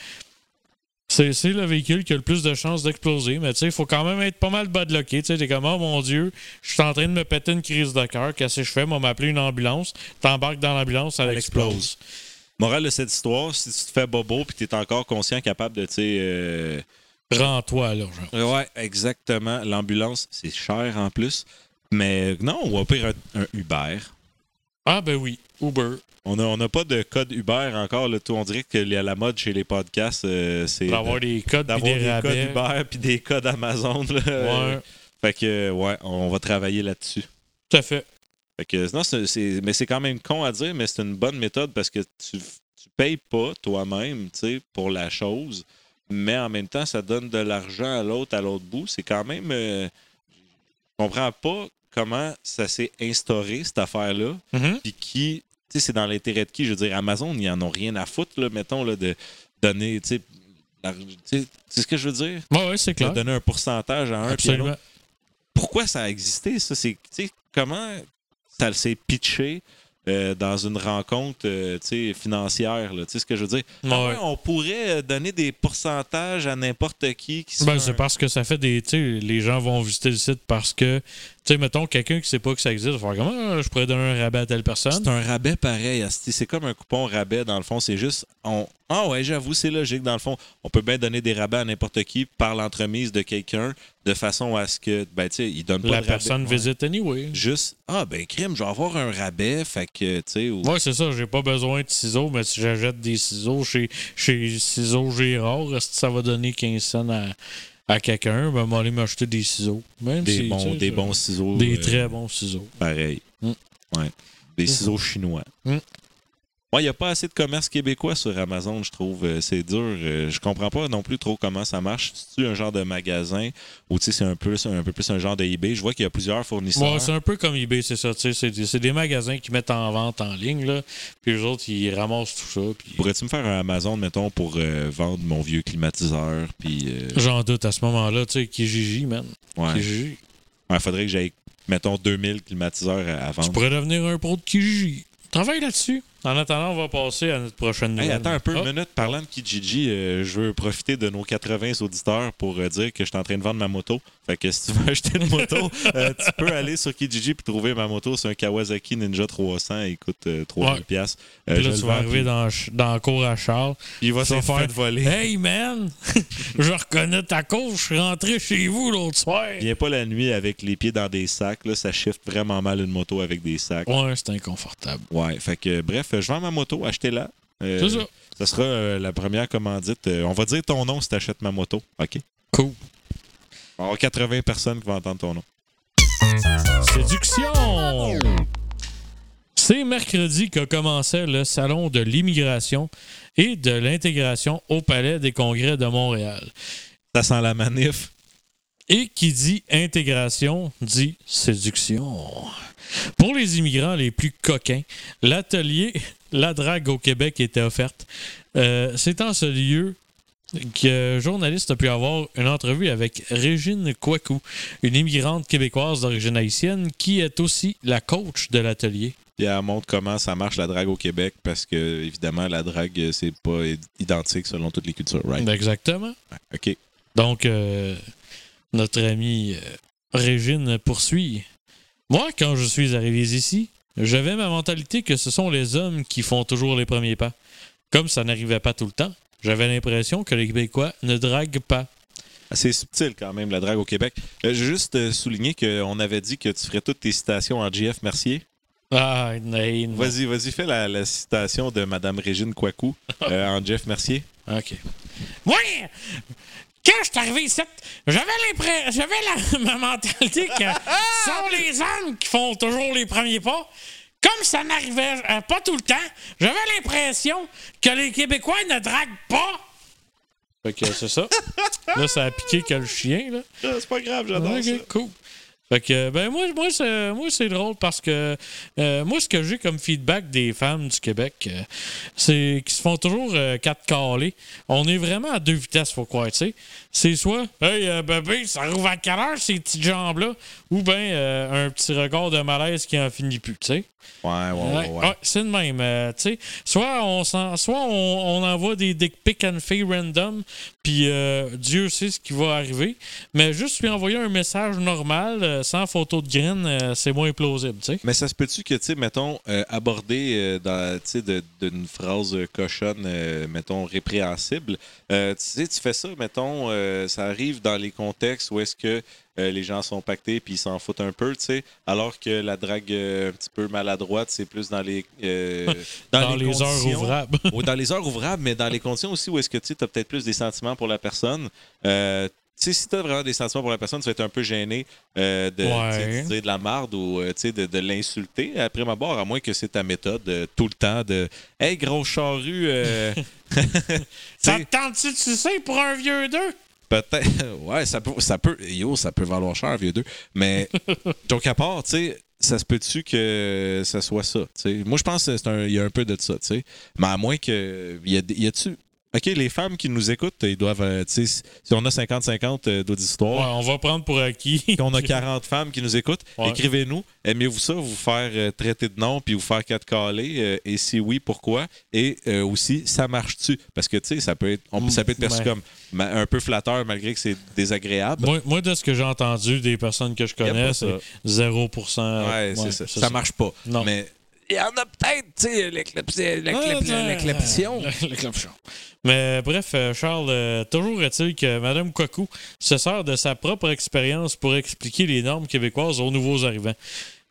S1: c'est c'est le véhicule qui a le plus de chances d'exploser. Mais tu sais, il faut quand même être pas mal badlocké. Tu sais, t'es comme, oh mon Dieu, je suis en train de me péter une crise de cœur. Qu'est-ce que je fais? Moi, m'appeler une ambulance. T'embarques dans l'ambulance, elle
S2: Elle
S1: explose.
S2: explose. Morale de cette histoire, si tu te fais bobo puis t'es encore conscient, capable de, tu sais... euh,
S1: Rends-toi, là, genre.
S2: Ouais, exactement. L'ambulance, c'est cher en plus. Mais euh, non, on va pire un, un Uber.
S1: Ah, ben oui, Uber.
S2: On n'a on a pas de code Uber encore. Là, tout, on dirait que les- à la mode chez les podcasts, euh, c'est
S1: Pour avoir
S2: de-
S1: des codes pis
S2: d'avoir
S1: des,
S2: des, codes
S1: rabais.
S2: Uber *laughs* puis des codes Amazon. là.
S1: Ouais,
S2: Fait que, ouais, on va travailler là-dessus.
S1: tout à fait.
S2: Fait que, non, c'est- c'est- mais c'est quand même con à dire, mais c'est une bonne méthode parce que tu, tu payes pas toi-même, tu sais, pour la chose, mais en même temps, ça donne de l'argent à l'autre, à l'autre bout. C'est quand même... euh, je comprends pas comment ça s'est instauré, cette affaire-là,
S1: Mhm.
S2: puis qui... Tu sais, c'est dans l'intérêt de qui? Je veux dire, Amazon, ils en ont rien à foutre, là, mettons, là, de donner, tu sais... l'ar- tu sais, C'est ce que je veux dire?
S1: Ouais, ouais, c'est
S2: De
S1: clair.
S2: donner un pourcentage à un puis à l'autre
S1: Absolument.
S2: pourquoi ça a existé, ça? C'est, tu sais, comment ça s'est pitché euh, dans une rencontre euh, tu sais, financière, là, tu sais ce que je veux dire?
S1: Ouais.
S2: Ouais, on pourrait euh, donner des pourcentages à n'importe qui qui se
S1: Ben,
S2: fait
S1: c'est
S2: un-
S1: parce que ça fait des. Tu sais, les gens vont visiter le site parce que Tu sais, mettons, quelqu'un qui sait pas que ça existe, va faire comme Ah, je pourrais donner un rabat à telle personne.
S2: C'est un rabais pareil. asti. C'est comme un coupon rabais, dans le fond. C'est juste. on- Ah ouais, j'avoue, c'est logique. Dans le fond, on peut bien donner des rabais à n'importe qui par l'entremise de quelqu'un, de façon à ce que. Ben, tu sais, il donne pas
S1: La
S2: de rabais.
S1: personne
S2: Ouais.
S1: visite anyway.
S2: Juste. Ah, ben, crime, je vais avoir un rabais. Fait que, tu sais. ou-
S1: Ouais, c'est ça, j'ai pas besoin de ciseaux, mais si j'achète des ciseaux chez, chez Ciseaux Gérard, est-ce que ça va donner 15 cents à, à quelqu'un? Ben, m'aller m'acheter des ciseaux. Même
S2: Des,
S1: si, tu
S2: bons,
S1: sais,
S2: des
S1: ça-
S2: bons ciseaux.
S1: Des
S2: euh,
S1: très bons ciseaux.
S2: Pareil.
S1: Mm.
S2: Ouais. Des ciseaux chinois.
S1: Mm.
S2: Ouais, il n'y a pas assez de commerce québécois sur Amazon, je trouve. Euh, C'est dur. Euh, Je comprends pas non plus trop comment ça marche. C'est-tu un genre de magasin ou tu sais, c'est un peu, c'est un peu plus un genre de eBay? Je vois qu'il y a plusieurs fournisseurs.
S1: Ouais, c'est un peu comme eBay, c'est ça. tu sais, C'est des, c'est des magasins qui mettent en vente en ligne, là, puis les autres, ils ramassent tout ça. Puis...
S2: Pourrais-tu me faire un Amazon, mettons, pour euh, vendre mon vieux climatiseur? Puis, euh,
S1: J'en doute à ce moment-là, tu sais, qui gigi, man.
S2: ouais.
S1: Qui gigi.
S2: Ouais, faudrait que j'aille, mettons, 2000 climatiseurs à, à
S1: Tu
S2: vendre.
S1: pourrais devenir un pro de Kijiji. Travaille là-dessus. En attendant, on va passer à notre prochaine
S2: Hey,
S1: nouvelle.
S2: attends un peu,
S1: Ah,
S2: une minute. Parlant de Kijiji, euh, je veux profiter de nos 80 auditeurs pour euh, dire que je suis en train de vendre ma moto. Fait que si tu veux *laughs* acheter une moto, euh, tu peux aller sur Kijiji puis trouver ma moto. C'est un Kawasaki Ninja 300. Il coûte euh, 300
S1: Ouais.
S2: piastres. Euh,
S1: puis
S2: je
S1: là,
S2: le
S1: tu
S2: vends,
S1: vas arriver
S2: puis-
S1: dans, la ch- dans la cour à Charles.
S2: puis Il va
S1: tu vas
S2: se faire
S1: faire- *laughs*
S2: voler.
S1: Hey, man! je reconnais ta cour. Je suis rentré chez vous l'autre soir.
S2: Viens pas la nuit avec les pieds dans des sacs. Là, ça shift vraiment mal une moto avec des sacs.
S1: Ouais, c'est inconfortable.
S2: Ouais, fait que euh, bref, je vends ma moto, achetez-la. Euh,
S1: C'est ça.
S2: Ça sera euh, la première commandite. Euh, on va dire ton nom si t'achètes ma moto. OK.
S1: Cool.
S2: On va avoir 80 personnes qui vont entendre ton nom.
S1: Séduction! C'est mercredi que commençait le Salon de l'immigration et de l'intégration au Palais des congrès de Montréal.
S2: Ça sent la manif.
S1: Et qui dit intégration dit séduction. Pour les immigrants les plus coquins, l'atelier *laughs* La Drague au Québec était offerte. Euh, C'est en ce lieu que un journaliste a pu avoir une entrevue avec Régine Kouakou, une immigrante québécoise d'origine haïtienne qui est aussi la coach de l'atelier.
S2: Puis elle montre comment ça marche la drague au Québec parce que, évidemment, la drague, euh, c'est pas i- identique selon toutes les cultures, right?
S1: Exactement.
S2: OK.
S1: Donc, euh, notre amie euh, Régine poursuit. Moi, quand je suis arrivé ici, j'avais ma mentalité que ce sont les hommes qui font toujours les premiers pas. Comme ça n'arrivait pas tout le temps, j'avais l'impression que les Québécois ne draguent pas.
S2: C'est subtil quand même, la drague au Québec. Euh, je veux juste euh, souligner qu'on avait dit que tu ferais toutes tes citations en GF Mercier.
S1: Ah, hey, non.
S2: Vas-y, vas-y, fais la, la citation de Madame Régine *laughs* Coicou euh, en GF Mercier.
S1: OK. Moi, quand je suis arrivé ici, j'avais l'impression, j'avais la, *laughs* ma mentalité que ce sont les hommes qui font toujours les premiers pas. Comme ça n'arrivait euh, pas tout le temps, j'avais l'impression que les Québécois ne draguent pas. Fait que c'est ça. là, ça a piqué que le chien, là.
S2: Ah, C'est pas grave, j'adore
S1: Ok,
S2: ça.
S1: cool. Fait que, ben, moi, moi, c'est, moi, c'est drôle parce que euh, moi, ce que j'ai comme feedback des femmes du Québec, euh, c'est qu'ils se font toujours euh, quatre calés. On est vraiment à deux vitesses, faut croire, tu sais. C'est soit, hey, euh, bébé, ça rouvre à quelle heure ces petites jambes-là, ou ben euh, un petit regard de malaise qui en finit plus, tu sais.
S2: Ouais, ouais, ouais.
S1: Ouais,
S2: ouais.
S1: ouais, c'est le même. euh, tu sais, soit on, s'en- soit on, on envoie des dick pics à une fille random, puis euh, Dieu sait ce qui va arriver. Mais juste lui envoyer un message normal, euh, sans photo de graine, euh, c'est moins plausible. tu sais.
S2: Mais ça se peut-tu que, tu sais, mettons, euh, aborder euh, dans, tu sais, de- d'une phrase euh, cochonne, euh, mettons, répréhensible, euh, tu sais, tu fais ça, mettons, euh, ça arrive dans les contextes où est-ce que euh, les gens sont pactés puis ils s'en foutent un peu, tu sais, alors que la drague euh, un petit peu maladroite, c'est plus dans les...
S1: *laughs*
S2: euh,
S1: Dans, les heures
S2: conditions- *laughs*
S1: ouvrables.
S2: ou dans les heures ouvrables, mais dans les conditions aussi où est-ce que tu as peut-être plus des sentiments pour la personne. Euh, tu sais, si tu as vraiment des sentiments pour la personne, tu vas être un peu gêné euh, de,
S1: Ouais.
S2: tu sais, de dire de la marde ou euh, tu sais, de, de l'insulter après ma barre, à moins que c'est ta méthode euh, tout le temps de Hey, gros charrue, euh, *laughs* tu sais,
S1: ça te tente-tu de sucer pour un vieux d'eux?
S2: peut-être. *laughs* Ouais, ça peut, ça peut. Yo, ça peut valoir cher, vieux deux. Mais donc à part, tu sais, ça se peut-tu que ça soit ça? tu sais? Moi, je pense qu'il y a un peu de ça, tu sais. Mais à moins que. Y a, y a-tu OK, les femmes qui nous écoutent, ils doivent. euh, tu sais, si on a 50-50 euh,
S1: Ouais,
S2: d'auditoires,
S1: on va prendre pour acquis.
S2: *laughs* puis on a 40 femmes qui nous écoutent,
S1: Ouais.
S2: écrivez-nous. Aimez-vous ça, vous faire euh, traiter de nom puis vous faire quatre calés? euh, et si oui, pourquoi? Et euh, aussi, ça marche-tu? Parce que, tu sais, ça peut être, on- ça peut être perçu
S1: Ouais.
S2: comme ma- un peu flatteur malgré que c'est désagréable.
S1: moi, moi, de ce que j'ai entendu des personnes que je
S2: Y a pas
S1: connais,
S2: ça.
S1: c'est 0%.
S2: Ouais,
S1: ouais,
S2: c'est ça.
S1: c'est
S2: Ça marche pas.
S1: Non.
S2: Mais
S3: Il y en a peut-être, tu sais, l'éclipse- l'éclipse-
S1: Ah, *laughs*
S3: l'éclipsion.
S1: le- le clapchon. Mais euh, bref, euh, Charles, euh, toujours est-il que Mme Cocu se sert de sa propre expérience pour expliquer les normes québécoises aux nouveaux arrivants.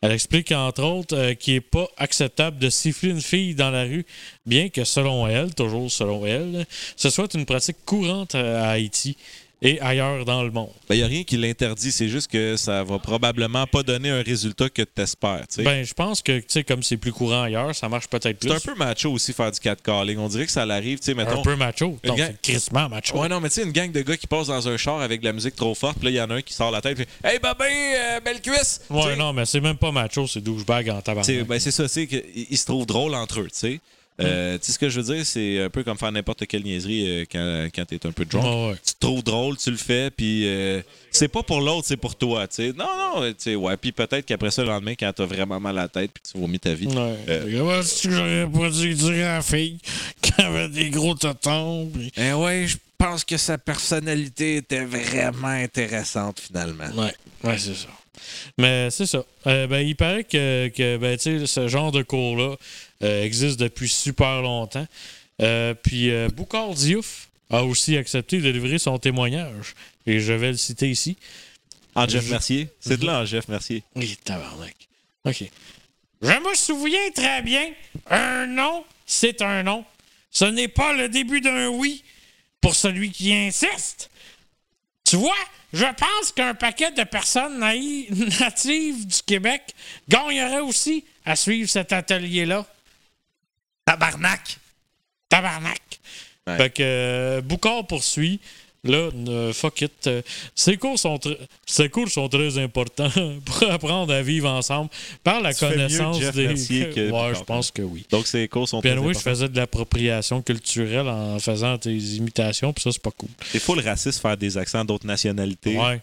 S1: Elle explique, entre autres, euh, qu'il n'est pas acceptable de siffler une fille dans la rue, bien que, selon elle, toujours selon elle, ce soit une pratique courante euh, à Haïti et ailleurs dans le monde.
S2: Il n'y Ben, a rien qui l'interdit, c'est juste que ça va probablement pas donner un résultat que tu espères.
S1: Ben, je pense que, tu sais, comme c'est plus courant ailleurs, ça marche peut-être plus.
S2: c'est un peu macho aussi faire du cat calling. On dirait que ça l'arrive, tu sais, mettons.
S1: Un peu macho.
S2: Une
S1: Non,
S2: gang-
S1: c'est crissement macho.
S2: Ouais, non, mais tu sais, une gang de gars qui passe dans un char avec de la musique trop forte, puis là, il y en a un qui sort la tête, puis Hey, babin, euh, belle cuisse!
S1: Ouais,
S2: Tu sais,
S1: non, mais c'est même pas macho, c'est douchebag en
S2: tu sais,
S1: tabarnak.
S2: ben, c'est ça, c'est qu'ils se trouvent drôles entre eux, tu sais. Euh,
S1: Mm.
S2: tu sais, ce que je veux dire, c'est un peu comme faire n'importe quelle niaiserie euh, quand, quand t'es un peu drunk.
S1: Ouais, ouais.
S2: tu te trouves drôle, tu le fais, puis euh, c'est pas pour l'autre, c'est pour toi, tu sais. Non, non, tu sais, ouais. Puis peut-être qu'après ça, le lendemain, quand t'as vraiment mal à la tête, puis tu vomis ta vie.
S1: Ouais.
S2: Euh.
S1: Comment est-ce que j'aurais pas dû dire à la fille *laughs* qui avait des gros totons? pis-
S3: Eh ouais, je pense que sa personnalité était vraiment intéressante, finalement.
S1: Ouais, ouais c'est ça. Mais c'est ça. Euh, ben, il paraît que, que, ben, tu sais, ce genre de cours-là euh, existe depuis super longtemps. Euh, puis euh, Boucard Diouf a aussi accepté de livrer son témoignage. Et je vais le citer ici.
S2: En Jeff
S1: Je-
S2: Mercier. C'est
S1: Mm-hmm.
S2: de là en Jeff Mercier.
S1: Oui, tabarnak. OK. Je me souviens très bien. Un non, c'est un non. Ce n'est pas le début d'un oui pour celui qui insiste. Tu vois, je pense qu'un paquet de personnes naï- *laughs* natives du Québec gagnerait aussi à suivre cet atelier-là.
S3: Tabarnak!
S1: Tabarnak.
S2: Ouais.
S1: Fait que euh, Boucard poursuit. Là, ne- fuck it. euh, Ces cours, sont tr- ces cours sont très importants *laughs* pour apprendre à vivre ensemble par la
S2: Tu fais mieux,
S1: connaissance
S2: Jeff
S1: des. *laughs*
S2: Mercier, que
S1: ouais,
S2: Boucard.
S1: je pense que oui.
S2: Donc, ces cours sont
S1: Puis,
S2: très
S1: Ben oui, je
S2: importants.
S1: faisais de l'appropriation culturelle en faisant tes imitations, puis ça, c'est pas cool.
S2: C'est fou le raciste faire des accents d'autres nationalités.
S1: Ouais.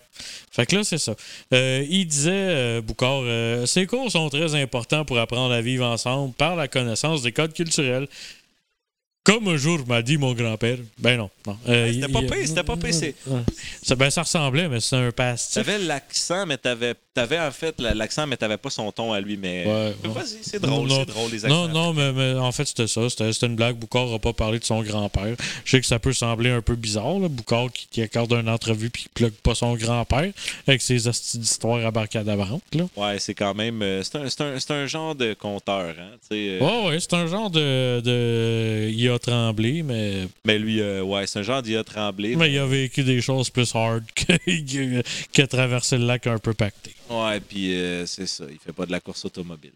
S1: Fait que là, c'est ça. Euh, il disait, euh, Boucard, euh, ces cours sont très importants pour apprendre à vivre ensemble par la connaissance des codes culturels. Comme un jour m'a dit mon grand-père. Ben non, non. Euh,
S2: Ouais, c'était
S1: il-
S2: pas
S1: il-
S2: pire, c'était pas pire, c'est-
S1: Ouais. Ça, ben, ça ressemblait, mais c'était un pastif.
S2: T'avais l'accent, mais t'avais, t'avais en fait la- l'accent, mais t'avais pas son ton à lui. Mais
S1: Ouais,
S2: Mais
S1: ouais.
S2: vas-y, c'est drôle,
S1: Non,
S2: c'est drôle les accents.
S1: Non, non, mais, mais en fait, c'était ça. C'était c'était une blague. Boucard n'a pas parlé de son grand-père. Je sais que ça peut sembler un peu bizarre, là, Boucard qui, qui accorde une entrevue puis qui plug pas son grand-père avec ses hosties d'histoires abracadabrantes, là.
S2: Ouais, c'est quand même. euh, C'est un, c'est un- c'est un genre de conteur, hein. tu sais, euh,
S1: Ouais, ouais, c'est un genre de, de. Il a tremblé, mais.
S2: Mais lui, euh, ouais, c'est un genre d'IA tremblé.
S1: Mais il a vécu des choses plus hard *laughs* que, que, que traverser le lac un peu pacté.
S2: Ouais, puis euh, c'est ça, il fait pas de la course automobile.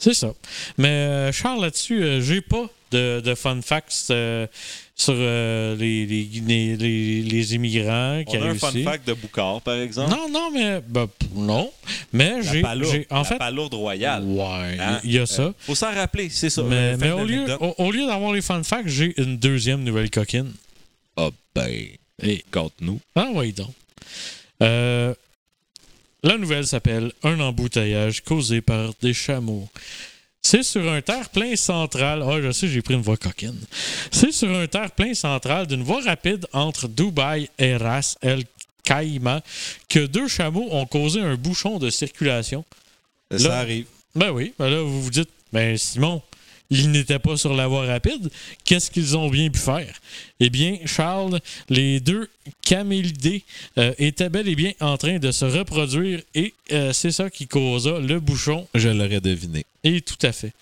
S1: C'est ça. Mais euh, Charles, là-dessus, euh, j'ai pas de, de fun facts euh, sur euh, les, les, les, les- les immigrants qui
S2: On a un
S1: arrivent
S2: fun
S1: ici.
S2: fact de Boucard, par exemple.
S1: Non, non, mais. ben, p- non. Mais
S2: La
S1: j'ai.
S2: palourde,
S1: j'ai- En
S2: la
S1: fait.
S2: palourde royale.
S1: Ouais,
S2: Hein?
S1: il y a ça.
S2: Faut s'en rappeler, c'est ça.
S1: mais
S2: Faites
S1: mais au, lieu, oh.
S2: l'anecdote.
S1: au, au lieu d'avoir les fun facts, j'ai une deuxième nouvelle coquine.
S2: Ah ben,
S1: Et
S2: conte-nous.
S1: Ah oui, donc. Euh, la nouvelle s'appelle Un embouteillage causé par des chameaux. C'est sur un terre-plein central. Ah, je sais, j'ai pris une voie coquine. C'est sur un terre-plein central d'une voie rapide entre Dubaï et Ras El Khaimah que deux chameaux ont causé un bouchon de circulation.
S2: Ça
S1: Là-
S2: arrive.
S1: Ben oui, ben là, vous vous dites, ben Simon, ils n'étaient pas sur la voie rapide. Qu'est-ce qu'ils ont bien pu faire? Eh bien, Charles, les deux camélidés euh, étaient bel et bien en train de se reproduire et euh, c'est ça qui causa le bouchon
S2: Je l'aurais deviné.
S1: et tout à fait.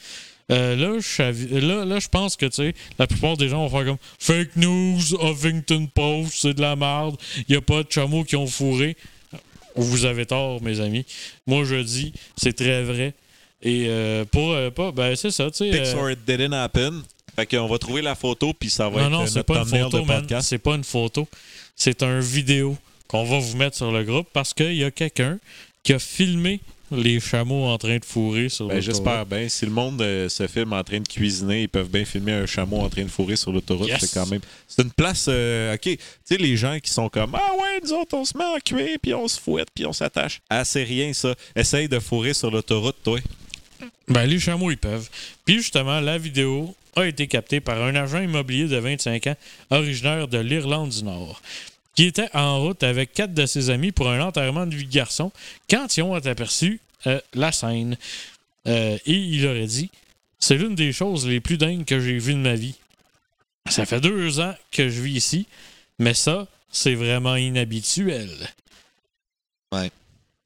S1: Euh, là, je savi- là, là, je pense que tu sais, la plupart des gens vont faire comme Fake news, Huffington Post, c'est de la merde, il n'y a pas de chameaux qui ont fourré. Vous avez tort, mes amis. Moi, je dis, c'est très vrai. Et euh, pour euh, pas, ben c'est ça, tu sais. euh,
S2: Pics or it didn't happen. Fait qu'on va trouver la photo, puis ça va
S1: non,
S2: être
S1: non,
S2: notre
S1: c'est pas une
S2: thumbnail
S1: photo,
S2: de
S1: man.
S2: podcast.
S1: C'est pas une photo. C'est un vidéo qu'on va vous mettre sur le groupe parce qu'il y a quelqu'un qui a filmé les chameaux en train de fourrer sur
S2: Ben,
S1: l'autoroute.
S2: J'espère bien. Si le monde euh, se filme en train de cuisiner, ils peuvent bien filmer un chameau en train de fourrer sur l'autoroute.
S1: Yes.
S2: C'est quand même. C'est une place. euh, OK. Tu sais, les gens qui sont comme Ah ouais, nous autres, on se met en cuir, puis on se fouette, puis on s'attache. Ah, c'est rien, ça. Essaye de fourrer sur l'autoroute, toi.
S1: Ben, les chameaux, ils peuvent. Puis justement, la vidéo a été captée par un agent immobilier de 25 ans, originaire de l'Irlande du Nord, qui était en route avec quatre de ses amis pour un enterrement de vie de garçon quand ils ont aperçu euh, la scène. Euh, et il aurait dit C'est l'une des choses les plus dingues que j'ai vues de ma vie. Ça fait deux ans que je vis ici, mais ça, c'est vraiment inhabituel.
S2: Ouais.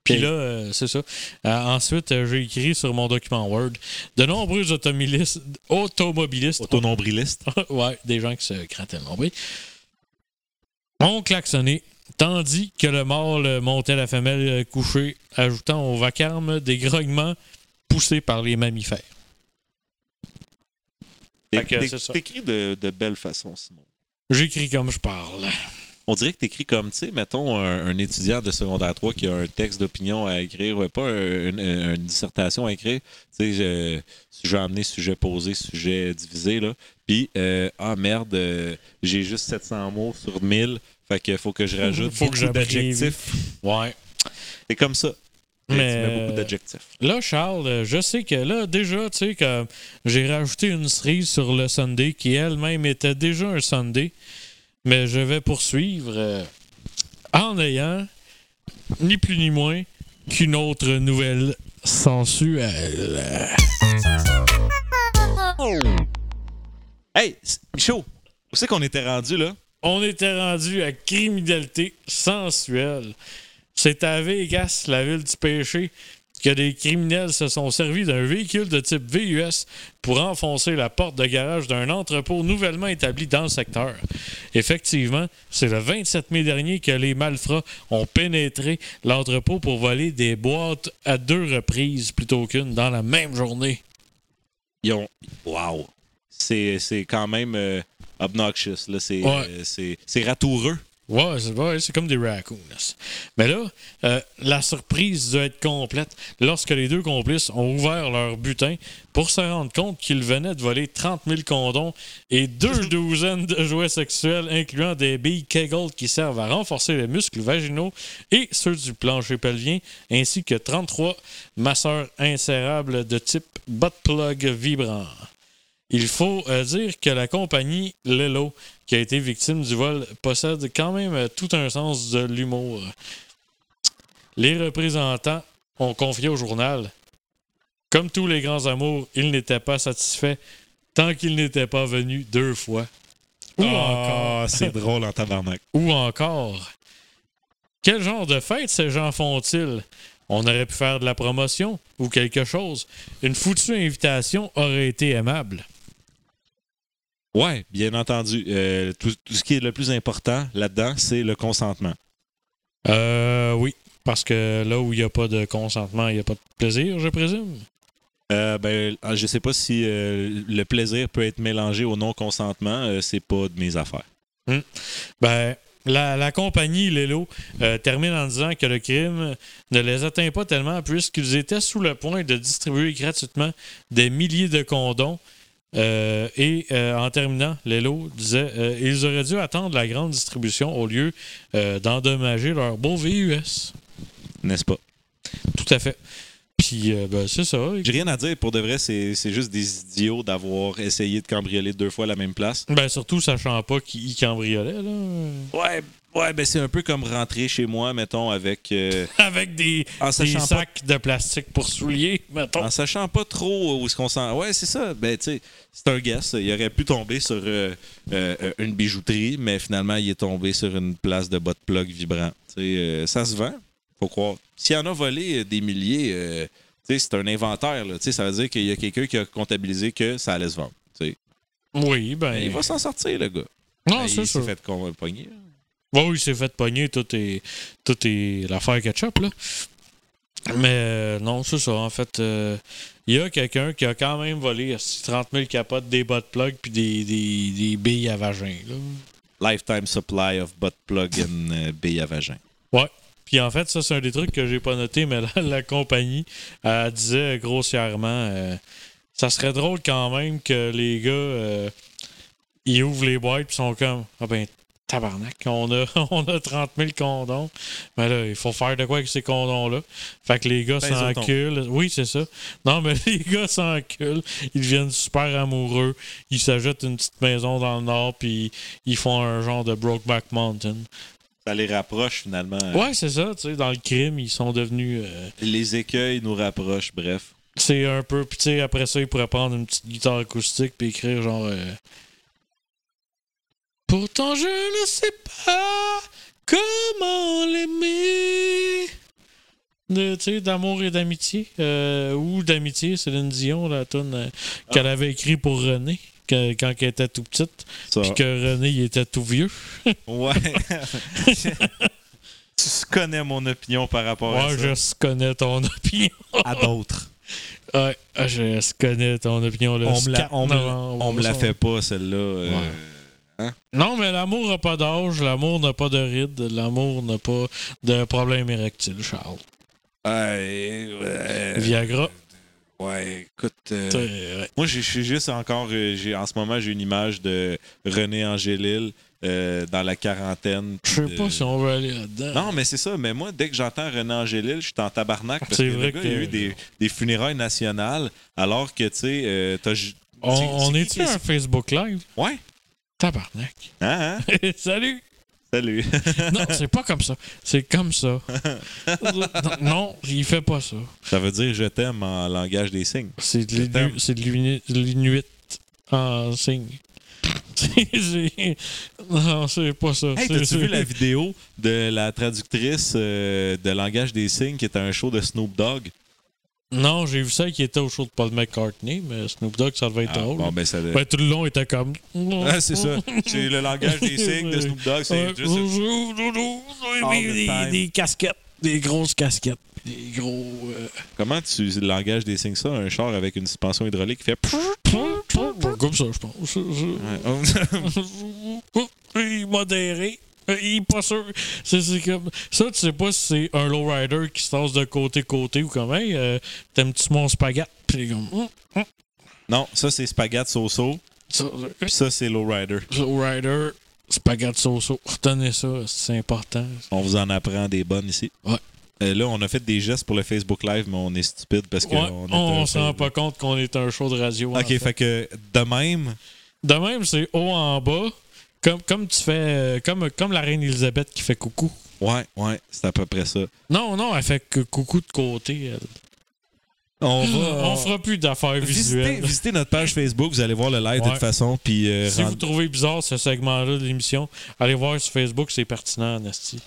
S1: Puis là, euh, c'est ça. Euh, ensuite, euh, j'ai écrit sur mon document Word de nombreux automobilistes, automobilistes
S2: Autonombriliste.
S1: *laughs* ouais, des gens qui se Ah grattaient le nombril, ont klaxonné, tandis que le mâle montait la femelle euh, couchée, ajoutant au vacarme des grognements poussés par les mammifères. Fait que
S2: T'é-
S1: c'est ça.
S2: T'écris de, de belle façon, Simon.
S1: J'écris comme je parle.
S2: On dirait que t'écris comme, tu sais, mettons, un, un étudiant de secondaire 3 qui a un texte d'opinion à écrire, ouais, pas un- une, euh, une dissertation à écrire. Tu sais, je- sujet amené, sujet posé, sujet divisé, là. Puis, euh, ah merde, euh, j'ai juste 700 mots sur 1000, fait que faut que je rajoute
S1: Faut que
S2: beaucoup
S1: j'abrévie.
S2: d'adjectifs.
S1: Ouais.
S2: C'est comme ça.
S1: Mais-
S2: Tu mets beaucoup d'adjectifs.
S1: Là, Charles, euh, je sais que là, déjà, tu sais, que j'ai rajouté une cerise sur le Sunday qui elle-même était déjà un Sunday, mais je vais poursuivre euh, en ayant ni plus ni moins qu'une autre nouvelle sensuelle.
S2: Hey, c'est- Michaud, où c'est qu'on était rendu, là?
S1: On était rendu à criminalité sensuelle. C'est à Vegas, la ville du péché, que des criminels se sont servis d'un véhicule de type VUS pour enfoncer la porte de garage d'un entrepôt nouvellement établi dans le secteur. Effectivement, c'est le 27 mai dernier que les malfrats ont pénétré l'entrepôt pour voler des boîtes à deux reprises plutôt qu'une dans la même journée.
S2: ils ont. Waouh! C'est c'est quand même euh, obnoxious, là. C'est
S1: Ouais.
S2: euh, c'est- c'est ratoureux.
S1: Ouais, c'est ouais, c'est comme des raccoons. là. Mais là, euh, la surprise doit être complète lorsque les deux complices ont ouvert leur butin pour se rendre compte qu'ils venaient de voler 30 000 condoms et deux douzaines de jouets sexuels, incluant des billes Kegel qui servent à renforcer les muscles vaginaux et ceux du plancher pelvien, ainsi que 33 masseurs insérables de type butt plug vibrant. Il faut euh, dire que la compagnie Lelo, qui a été victime du vol, possède quand même euh, tout un sens de l'humour. Les représentants ont confié au journal Comme tous les grands amours, ils n'étaient pas satisfaits tant qu'ils n'étaient pas venus deux fois. Ou encore.
S2: Ah, *laughs* c'est drôle en tabarnak.
S1: Ou encore. Quel genre de fête ces gens font-ils? On aurait pu faire de la promotion ou quelque chose. Une foutue invitation aurait été aimable.
S2: Ouais, bien entendu. Euh, tout, tout ce qui est le plus important là-dedans, c'est le consentement.
S1: Euh, oui. Parce que là où il n'y a pas de consentement, il n'y a pas de plaisir, je présume.
S2: Euh, ben, ah, je sais pas si euh, le plaisir peut être mélangé au non-consentement. euh, c'est pas de mes affaires.
S1: Ben, la, la compagnie Lelo euh, termine en disant que le crime ne les atteint pas tellement puisqu'ils étaient sous le point de distribuer gratuitement des milliers de condons. Euh, et euh, en terminant, Lelo disait euh, ils auraient dû attendre la grande distribution au lieu euh, d'endommager leur beau VUS.
S2: N'est-ce pas?
S1: Tout à fait. Puis, euh, ben, c'est ça.
S2: J'ai rien à dire. Pour de vrai, c'est c'est juste des idiots d'avoir essayé de cambrioler deux fois la même place.
S1: Ben, surtout sachant pas qui y cambriolait, là.
S2: Ouais, ouais ben c'est un peu comme rentrer chez moi, mettons, avec. euh,
S1: avec des,
S2: En
S1: des
S2: sachant pas- Ah,
S1: sacs de plastique pour souliers, mettons.
S2: En sachant pas trop où est-ce qu'on s'en. Ouais, c'est ça. Ben, tu sais, c'est un guess. Il aurait pu tomber sur euh, euh, euh, une bijouterie, mais finalement, il est tombé sur une place de bas de plug vibrant. Tu sais, euh, ça se vend, faut croire. S'il y en a volé euh, des milliers, euh, tu sais, c'est un inventaire, là. Tu sais, ça veut dire qu'il y a quelqu'un qui a comptabilisé que ça allait se vendre. tu sais.
S1: Oui,
S2: Mais
S1: ben.
S2: Il va s'en sortir, le gars.
S1: non,
S2: Ben,
S1: c'est
S2: il s'est
S1: sûr.
S2: fait con- pogner. hein.
S1: Ouais, oui, il s'est fait pogner tout est, tout est l'affaire ketchup, là. Mais euh, non, c'est ça. En fait, euh, il y a quelqu'un qui a quand même volé esti, 30 000 capotes, des bottes plugs puis des, des, des billes à vagin. Là.
S2: Lifetime supply of butt plug and euh, billes à vagin.
S1: Ouais. Puis en fait, ça, c'est un des trucs que j'ai pas noté, mais la, la compagnie elle disait grossièrement euh, ça serait drôle quand même que les gars euh, ils ouvrent les boîtes puis sont comme Ah ben tabarnak, on a, *laughs* on a 30 000 condoms. Mais là, il faut faire de quoi avec ces condoms-là. Fait que les gars
S2: Ben, ils ont
S1: s'enculent. Oui, c'est ça. Non, mais *laughs* les gars s'enculent. Ils deviennent super amoureux. Ils s'ajoutent une petite maison dans le nord puis ils font un genre de Brokeback Mountain.
S2: Ça les rapproche finalement.
S1: Ouais, c'est ça, tu sais, dans le crime, ils sont devenus. euh,
S2: Les écueils nous rapprochent, bref.
S1: c'est un peu. Puis, tu sais, après ça, ils pourraient prendre une petite guitare acoustique puis écrire genre. euh, Pourtant, je ne sais pas comment l'aimer. De, tu sais, d'amour et d'amitié. euh, ou d'amitié, Céline Dion, la tune
S2: Ah.
S1: qu'elle avait écrite pour René que- quand elle était tout petite.
S2: Ça.
S1: Puis que René, il était tout vieux.
S2: Ouais. *laughs* tu connais mon opinion par rapport
S1: Ouais,
S2: à ça.
S1: je se connais ton *laughs* opinion.
S2: À d'autres.
S1: Ouais, ah, je se connais ton opinion. Le
S2: On me la,
S1: 4
S2: on me-
S1: novembre,
S2: on me la
S1: ça.
S2: fait pas, celle-là. euh,
S1: Ouais. Non, mais l'amour n'a pas d'âge, l'amour n'a pas de rides, l'amour n'a pas de problème érectile, Charles.
S3: Ouais,
S2: Euh,
S3: ouais,
S1: Viagra,
S3: ouais, écoute. euh,
S1: t'es- ouais.
S2: Moi, je je suis juste encore. euh, j'ai- en ce moment, j'ai une image de René Angélil euh, dans la quarantaine.
S1: je sais
S2: Euh,
S1: pas si on veut aller là-dedans.
S2: Non, mais c'est ça. Mais moi, dès que j'entends René Angélil, je suis en tabarnak. Parce que
S1: Ah, C'est
S2: le
S1: vrai
S2: gars,
S1: que-
S2: il y a eu des, des funérailles nationales, alors que, tu sais, euh, t'as. ju-
S1: On,
S2: c'est-
S1: on
S2: c'est
S1: est-tu
S2: qui,
S1: un Facebook Live?
S2: c'est- Ouais.
S1: Tabarnak. *laughs*
S2: Hein, hein?
S1: Salut!
S2: Salut.
S1: Non, c'est pas comme ça. C'est comme
S2: *laughs*
S1: ça. non, non, il fait pas ça.
S2: ça veut dire je t'aime en langage des signes.
S1: C'est de
S2: Je t'aime.
S1: l'inu- c'est de l'inu- de l'inuit en signe. *laughs* C'est- c'est- non, c'est pas ça.
S2: Hey,
S1: C'est-
S2: t'as-tu
S1: *laughs* c'est-
S2: vu la vidéo de la traductrice euh, de langage des signes qui était un show de Snoop Dogg?
S1: Non, j'ai vu ça qui était au show de Paul McCartney, mais Snoop Dogg, ça devait être
S2: Ah,
S1: drôle.
S2: bon, ben, ça.
S1: Ben, tout le long, il était comme.
S2: Ah, c'est
S1: *laughs*
S2: ça. C'est le langage des signes de Snoop Dogg. C'est
S1: Ouais,
S2: juste.
S1: bonjour, doudou,
S2: All
S1: oui,
S2: the
S1: des-
S2: time.
S1: des casquettes. Des grosses casquettes. Des gros. euh,
S2: Comment tu le langage des signes ça? Un char avec une suspension hydraulique qui fait.
S1: Comme ça, je pense. Il est modéré. Euh, Il est pas sûr. C'est, c'est comme... Ça, tu sais pas si c'est un lowrider qui se tasse de côté-côté ou comment. Hey, euh, T'aimes-tu mon spaghette? Puis il est comme. Hum,
S2: non, ça c'est Spaghetti Soso.
S1: ça,
S2: Puis ça c'est Lowrider.
S1: euh, lowrider, spaghette so-so. Retenez ça, c'est important.
S2: On vous en apprend des bonnes ici.
S1: Ouais.
S2: Euh, là, on a fait des gestes pour le Facebook Live, mais on est stupide parce que.
S1: Ouais,
S2: est
S1: on
S2: un-
S1: ne se rend pas compte qu'on est un show de radio. en
S2: Ok, fait. que de même,
S1: De même, c'est haut en bas, comme, comme tu fais, euh, comme, comme la reine Elisabeth qui fait coucou.
S2: ouais, ouais, c'est à peu près ça.
S1: Non, non, elle fait que coucou de côté. elle.
S2: *laughs* On va.
S1: On fera plus d'affaires
S2: visiter,
S1: visuelles.
S2: visiter notre page Facebook, vous allez voir le live de
S1: Ouais.
S2: toute façon. Puis, euh,
S1: Si
S2: rend-
S1: vous trouvez bizarre ce segment-là de l'émission, allez voir sur Facebook, c'est pertinent, Nasty.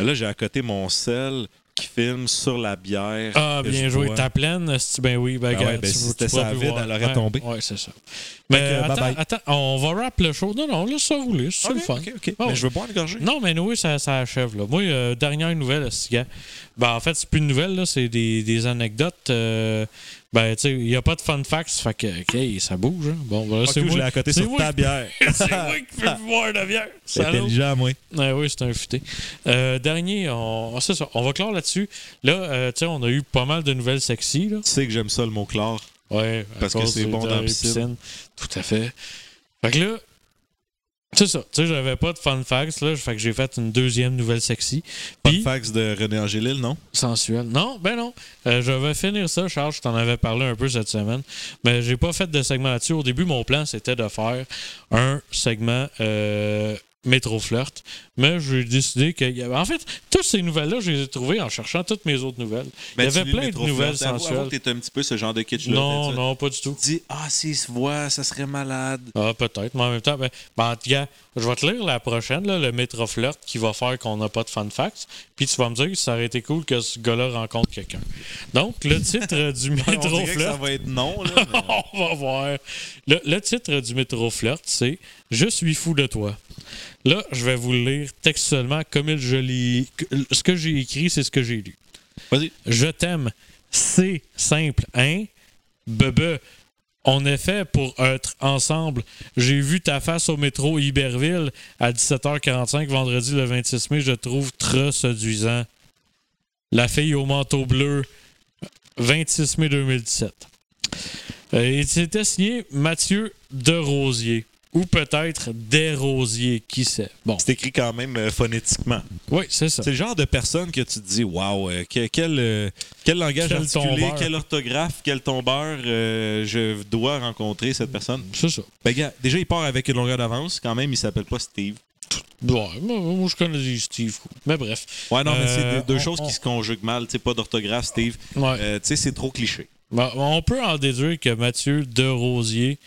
S2: Là, j'ai à côté mon sel qui filme sur la bière.
S1: Ah,
S2: que
S1: bien
S2: je
S1: joué.
S2: bois.
S1: Ta pleine, Nasty, ben oui,
S2: Ben
S1: ben,
S2: ouais,
S1: regarde,
S2: ben
S1: tu-
S2: si
S1: tu
S2: c'était
S1: pourras
S2: ça
S1: plus
S2: vide,
S1: voir.
S2: elle aurait
S1: Ouais,
S2: tombé.
S1: Ouais, c'est ça. Mais
S2: que,
S1: attends,
S2: bye-bye.
S1: attends, on va rap le show. Non, non, on laisse ça rouler, c'est
S2: Ok,
S1: le fun.
S2: ok, ok.
S1: Ah ouais.
S2: Mais je veux boire une gorgée.
S1: Non, mais oui, ça, ça achève. Là. Moi, euh, dernière nouvelle, ce gars. Ben, en fait, c'est plus une nouvelle, là, c'est des, des anecdotes. euh, ben, tu sais, il n'y a pas de fun facts, fait que, OK, ça bouge. hein. Bon, voilà,
S2: Ok,
S1: c'est
S2: je l'ai
S1: moi.
S2: à côté
S1: c'est
S2: sur
S1: moi
S2: ta
S1: qui-
S2: bière.
S1: *laughs* C'est moi qui peux boire de bière.
S2: C'est
S1: Salaud.
S2: intelligent, moi.
S1: Ouais, Ah oui, c'est un futé. Euh, dernier, on, c'est ça, on va clore là-dessus. Là, euh, tu sais, on a eu pas mal de nouvelles sexy. Là.
S2: Tu sais que j'aime ça, le mot chlore.
S1: Ouais, à
S2: Parce que
S1: cause
S2: c'est
S1: des-
S2: bon
S1: de
S2: dans la
S1: la
S2: piscine.
S1: Tout à fait. Fait que là, c'est ça. Tu sais, j'avais pas de fun facts, là. Fait que j'ai fait une deuxième nouvelle sexy.
S2: Pas
S1: Puis,
S2: de fax de René Angélil, non?
S1: sensuelle. Non, ben non. Euh, je vais finir ça, Charles. Je t'en avais parlé un peu cette semaine. Mais j'ai pas fait de segment là-dessus. Au début, mon plan, c'était de faire un segment euh, métro flirt. Mais j'ai décidé que. y avait- En fait, toutes ces nouvelles-là, je les ai trouvées en cherchant toutes mes autres nouvelles. Il y avait plein de nouvelles sensuelles.
S2: hein? T'es un petit peu ce genre de kitsch-là.
S1: Non, non, pas du tout.
S2: Dis, ah, s'il se voit, ça serait malade.
S1: Ah, peut-être, mais en même temps, ben, ben, en tout cas, je vais te lire la prochaine, là, le métro flirt qui va faire qu'on n'a pas de fun facts, puis tu vas me dire que ça aurait été cool que ce gars-là rencontre quelqu'un. Donc, le
S2: *laughs*
S1: titre du
S2: Ben, On
S1: métro
S2: dirait que ça
S1: flirt.
S2: va être non, là. mais-
S1: *laughs* On va voir. Le, le titre du métro flirt, c'est Je suis fou de toi. Là, je vais vous le lire textuellement comme il- je l'ai. que- Ce que j'ai écrit, c'est ce que j'ai lu.
S2: *laughs* Vas-y.
S1: Je t'aime. C'est simple, hein? Bebe. On est fait pour être ensemble. J'ai vu ta face au métro Iberville à 17h45 vendredi le 26 mai. Je te trouve très séduisant. La fille au manteau bleu, 26 mai 2017. Euh, Et c'était signé Mathieu Desrosiers. Ou peut-être Desrosiers, qui sait. Bon,
S2: C'est écrit quand même euh, phonétiquement.
S1: oui, c'est ça.
S2: C'est le genre de personne que tu te dis, waouh, quel, euh, quel langage
S1: Quel
S2: articulé,
S1: tombeur.
S2: quelle orthographe, quel tombeur euh, je dois rencontrer cette personne.
S1: C'est ça.
S2: Ben, gars, déjà, il part avec une longueur d'avance quand même. Il s'appelle pas Steve.
S1: Bon, moi, moi, je connais des Steve. quoi. Mais bref.
S2: Ouais, non, mais c'est
S1: Euh,
S2: deux, deux
S1: on-
S2: choses
S1: on-
S2: qui se conjuguent mal. Tu sais, pas d'orthographe, Steve.
S1: Ouais.
S2: Euh, tu sais, c'est trop cliché.
S1: Bon, Bah, on peut en déduire que Mathieu De Rosier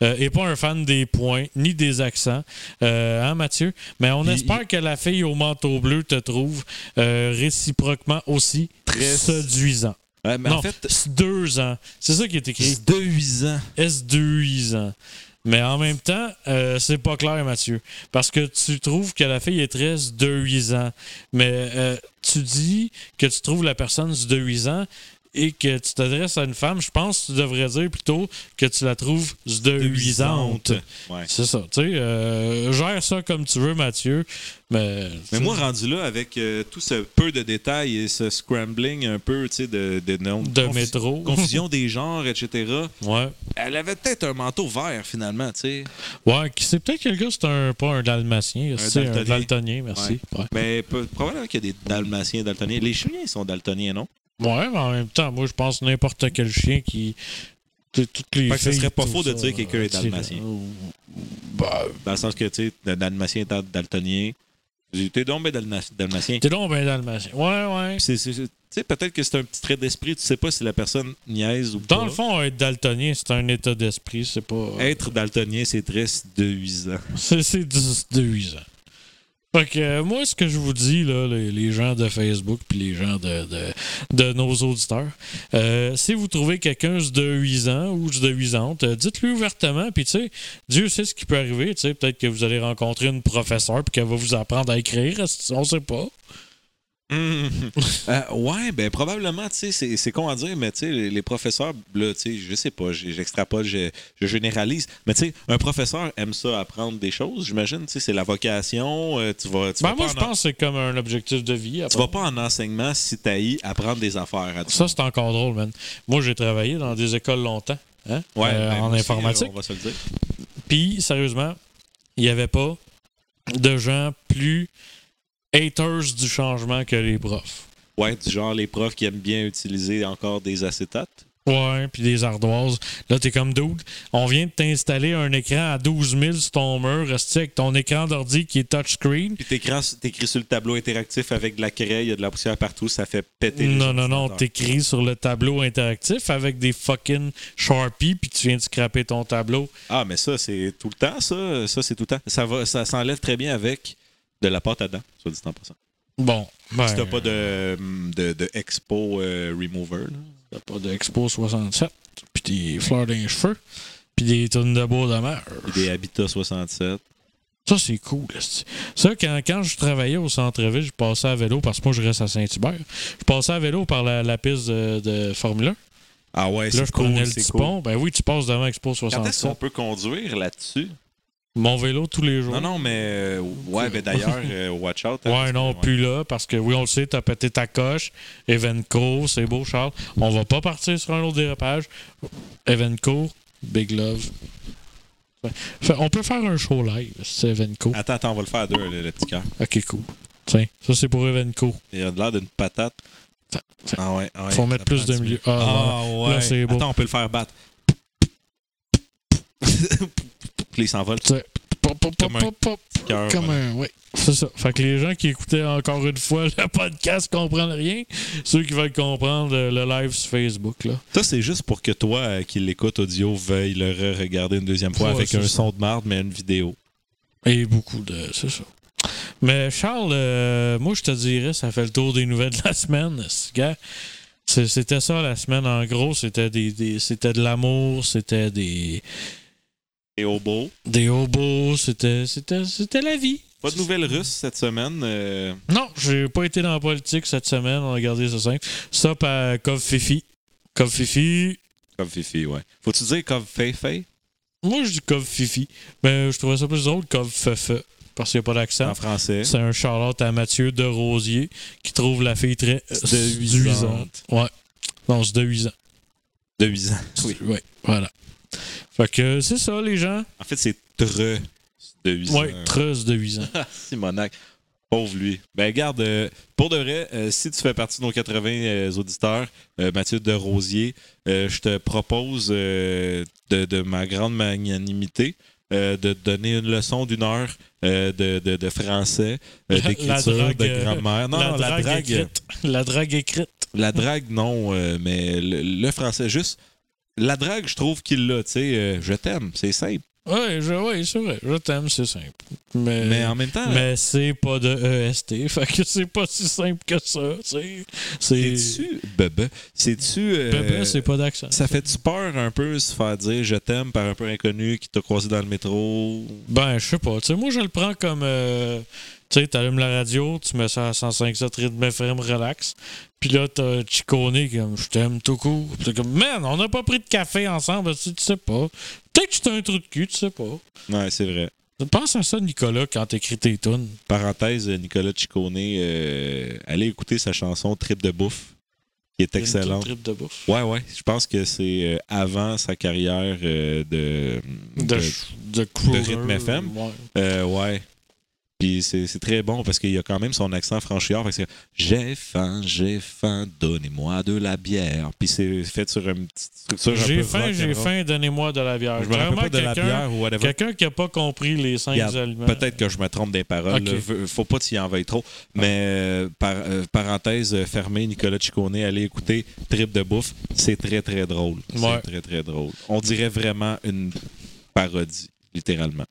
S1: n'est pas un fan des points ni des accents, euh, hein, Mathieu? Mais on
S2: Il-
S1: espère que la fille au manteau bleu te trouve euh, réciproquement aussi
S2: Très-
S1: séduisant.
S2: Ouais, mais
S1: non,
S2: en fait,
S1: s- deux ans. C'est ça qui est écrit.
S2: deux huit ans.
S1: S2 Mais en même temps, euh, c'est pas clair, Mathieu. Parce que tu trouves que la fille est très ans. Mais euh, tu dis que tu trouves la personne ans et que tu t'adresses à une femme. Je pense que tu devrais dire plutôt que tu la trouves sdeduisante.
S2: Ouais.
S1: C'est ça. Tu sais, euh, gère ça comme tu veux, Mathieu. Mais,
S2: Mais moi, rendu là, avec euh, tout ce peu de détails et ce scrambling un peu, tu sais, de, de, non-
S1: De
S2: confu-
S1: métro.
S2: Confusion des genres, etc.
S1: Ouais.
S2: Elle avait peut-être un manteau vert, finalement, tu sais.
S1: Ouais, qui- c'est peut-être que le gars, c'est un, pas un dalmatien, c'est un
S2: daltonien.
S1: daltonien, merci. Ouais.
S2: Mais peu- probablement qu'il y a des dalmatiens et daltoniens. Les chiens sont daltoniens, non?
S1: Ouais, mais en même temps, moi, je pense n'importe quel chien qui. de Toutes les
S2: Fait que ce
S1: filles,
S2: serait pas
S1: tout
S2: faux de
S1: ça,
S2: dire que quelqu'un est
S1: euh, tu sais,
S2: dalmatien.
S1: euh,
S2: Dans le sens que, tu sais, le dalmatien est daltonien. T'es donc ben dalma- dalmatien.
S1: T'es donc ben dalmatien. Ouais, ouais.
S2: C'est- c'est- c'est- Tu sais, peut-être que c'est un petit trait d'esprit. Tu sais pas si la personne niaise ou
S1: Dans
S2: pas.
S1: le fond, être daltonien, c'est un état d'esprit, c'est pas.
S2: Être daltonien, c'est très séduisant.
S1: C'est c'est dix- déduisant. Fait que euh, moi, ce que je vous dis, là, les, les gens de Facebook puis les gens de, de, de nos auditeurs, euh, si vous trouvez quelqu'un de 8 ans ou de 8 ans, dites-lui ouvertement. Puis, tu sais, Dieu sait ce qui peut arriver. Tu sais, peut-être que vous allez rencontrer une professeure puis qu'elle va vous apprendre à écrire. On sait pas. Mm.
S2: Euh, ouais, ben probablement, tu sais, c'est- c'est con à dire, mais tu sais, les, les professeurs, là, tu sais, je sais pas, j'ai- j'extrapole, je, je généralise, mais tu sais, un professeur aime ça apprendre des choses, j'imagine, tu sais, c'est la vocation, euh, tu vas, tu
S1: Ben,
S2: vas
S1: moi,
S2: pas
S1: je
S2: en-
S1: pense que c'est comme un objectif de vie.
S2: tu vas pas en enseignement si t'haïs apprendre des affaires. à tout
S1: Ça, c'est encore drôle, man. Moi, j'ai travaillé dans des écoles longtemps, hein,
S2: le monde.
S1: euh,
S2: ben,
S1: en
S2: aussi,
S1: informatique.
S2: On va se le dire.
S1: Puis, sérieusement, il n'y avait pas de gens plus haters du changement que les profs.
S2: Ouais, du genre les profs qui aiment bien utiliser encore des acétates.
S1: Ouais, puis des ardoises. Là, t'es comme dude. On vient de t'installer un écran à 12 000 sur ton mur, reste avec ton écran d'ordi qui est touchscreen.
S2: Puis t'écris t'écris sur le tableau interactif avec de la craie, il y a de la poussière partout, ça fait péter les
S1: Non, non, non,
S2: ordinateurs.
S1: t'écris sur le tableau interactif avec des fucking Sharpie, puis tu viens de scraper ton tableau.
S2: Ah, mais ça, c'est tout le temps, ça. Ça, c'est tout le temps. Ça, va, ça s'enlève très bien avec de la pâte à dents, soit dit en passant.
S1: Bon, ben,
S2: Si t'as pas de, de, de Expo euh, Remover, là.
S1: t'as pas de Expo 67, puis des fleurs dans les cheveux, puis des tonnes de bois de mer.
S2: pis des Habitat 67.
S1: Ça, c'est cool. esti. Ça, quand, quand je travaillais au centre-ville, je passais à vélo parce que moi, je reste à Saint-Hubert. Je passais à vélo par la, la piste de, de Formule 1.
S2: Ah ouais,
S1: Puis là,
S2: c'est
S1: je
S2: cool,
S1: prenais le
S2: c'est
S1: petit
S2: cool.
S1: pont. Ben oui, tu passes devant Expo
S2: Quand est-ce qu'on
S1: 67.
S2: peut conduire là-dessus?
S1: Mon vélo tous les jours.
S2: Non, non, mais... euh, ouais, ben
S1: *laughs*
S2: d'ailleurs, euh, watch out. hein,
S1: Ouais,
S2: parce
S1: non,
S2: que,
S1: plus là, parce que oui, on le sait, t'as pété ta coche. Evenco, c'est beau, Charles. On va pas partir sur un autre dérapage. Evenco, Big Love. Fait- on peut faire un show live, c'est Evenco.
S2: Attends, attends, on va le faire à deux, le, le petit cœur.
S1: Ok, cool. Tiens, ça, c'est pour Evenco.
S2: Il a l'air d'une patate.
S1: Ça- ça-
S2: Ah ouais, ouais.
S1: Faut
S2: ça
S1: mettre plus
S2: prend
S1: de
S2: du
S1: milieu.
S2: Ah,
S1: Ah,
S2: ouais.
S1: voilà. Là, c'est beau.
S2: Attends, on peut le faire battre. *laughs* Puis il s'envole.
S1: Tu sais, pop, pop, pop,
S2: Comme un
S1: pop, pop.
S2: cœur,
S1: Comme
S2: voilà.
S1: un, ouais. C'est ça. Fait que les gens qui écoutaient encore une fois *laughs* le podcast comprennent rien. Ceux qui veulent comprendre euh, le live sur Facebook, là.
S2: Ça, c'est juste pour que toi euh, qui l'écoute audio veuille le re-regarder une deuxième fois
S1: Ouais,
S2: avec
S1: c'est
S2: un
S1: ça.
S2: son de marde, mais une vidéo.
S1: Et beaucoup de. C'est ça. Mais Charles, euh, moi, je te dirais, ça fait le tour des nouvelles de la semaine. ce gars. C'est- C'était ça, la semaine, en gros. C'était des, des- c'était de l'amour, c'était des,
S2: Et au beau.
S1: des hobos, c'était, c'était, c'était la vie.
S2: Pas de nouvelles russes cette semaine. euh,
S1: Non, j'ai pas été dans la politique cette semaine. On a gardé ça simple. Stop à Cov Fifi. Cov Fifi,
S2: Comme Fifi, ouais. Faut-tu dire comme Feifei
S1: Moi, je dis Cove Fifi. Mais je trouvais ça plus drôle, Cove Fefe. Parce qu'il n'y a pas d'accent.
S2: en français?
S1: C'est un charlotte à Mathieu de Rosier qui trouve la fille très
S2: Séduisante.
S1: séduisante. Ouais. Non, c'est devisant.
S2: De 8 ans.
S1: Oui. Ouais, voilà. Fait que c'est ça, les gens.
S2: En fait, c'est Tre de 8 ans.
S1: Ouais, treuse de 8 ans.
S2: Simonac. Pauvre lui. Ben, garde, euh, pour de vrai, euh, si tu fais partie de nos 80 euh, auditeurs, euh, Mathieu de Rosier, euh, je te propose, euh, de, de ma grande magnanimité, euh, de te donner une leçon d'une heure euh, de, de- de français, euh,
S1: La- la
S2: d'écriture,
S1: drague,
S2: de
S1: euh,
S2: grammaire. Non, non, la drague.
S1: écrite. La drague écrite.
S2: La drague, non, euh, mais le, le français, juste. La drague, je trouve qu'il l'a, tu sais. euh, je t'aime, c'est simple.
S1: Ouais, je- ouais, c'est vrai. Je t'aime, c'est simple.
S2: Mais
S1: Mais, Euh, mais,
S2: en même temps,
S1: c'est pas de EST. Fait que c'est pas si simple que ça. tu sais. C'est.
S2: c'est-tu. Bebe, c'est-tu. euh,
S1: Pépé, c'est pas d'accent.
S2: ça fait-tu peur un peu se faire dire je t'aime par un peu inconnu qui t'a croisé dans le métro?
S1: Ben, je sais pas. Tu sais, moi, je le prends comme. euh, tu sais, t'allumes la radio, tu mets ça à 105.7 rythme FM, relax. Puis là, t'as Chiconé comme je t'aime tout court. Puis t'es comme, man, on n'a pas pris de café ensemble, tu sais, tu sais pas. Peut-être que t'as un trou de cul, tu sais pas.
S2: Ouais, c'est vrai.
S1: Pense à ça, Nicolas, quand t'écris tes tunes.
S2: Parenthèse, Nicolas Ciccone, euh, allez écouter sa chanson Trip de bouffe, qui est excellente.
S1: Une petite trip de bouffe.
S2: Ouais, ouais. Je pense que c'est euh, avant sa carrière euh, de.
S1: De,
S2: de-
S1: de, crooner,
S2: rythme FM.
S1: ouais.
S2: Euh, ouais. Puis c'est c'est très bon parce qu'il y a quand même son accent franchiard. Fait que c'est J'ai faim, j'ai faim, donnez-moi de la bière. Puis c'est fait sur une petite structure. un
S1: J'ai
S2: peu
S1: faim, j'ai
S2: rock'n'roll.
S1: faim, donnez-moi de la bière.
S2: Je me rappelle pas de
S1: Clairement,
S2: la
S1: quelqu'un
S2: bière ou whatever.
S1: quelqu'un qui a pas compris les cinq
S2: Regarde,
S1: aliments.
S2: Peut-être que je me trompe des paroles.
S1: Ok.
S2: là. Faut- Faut pas t'y envahir trop. Mais euh, par- euh, parenthèse euh, fermée, Nicolas Ciccone, allez écouter Trip de bouffe. C'est très, très drôle.
S1: Ouais.
S2: C'est très, très drôle. On dirait vraiment une parodie, littéralement.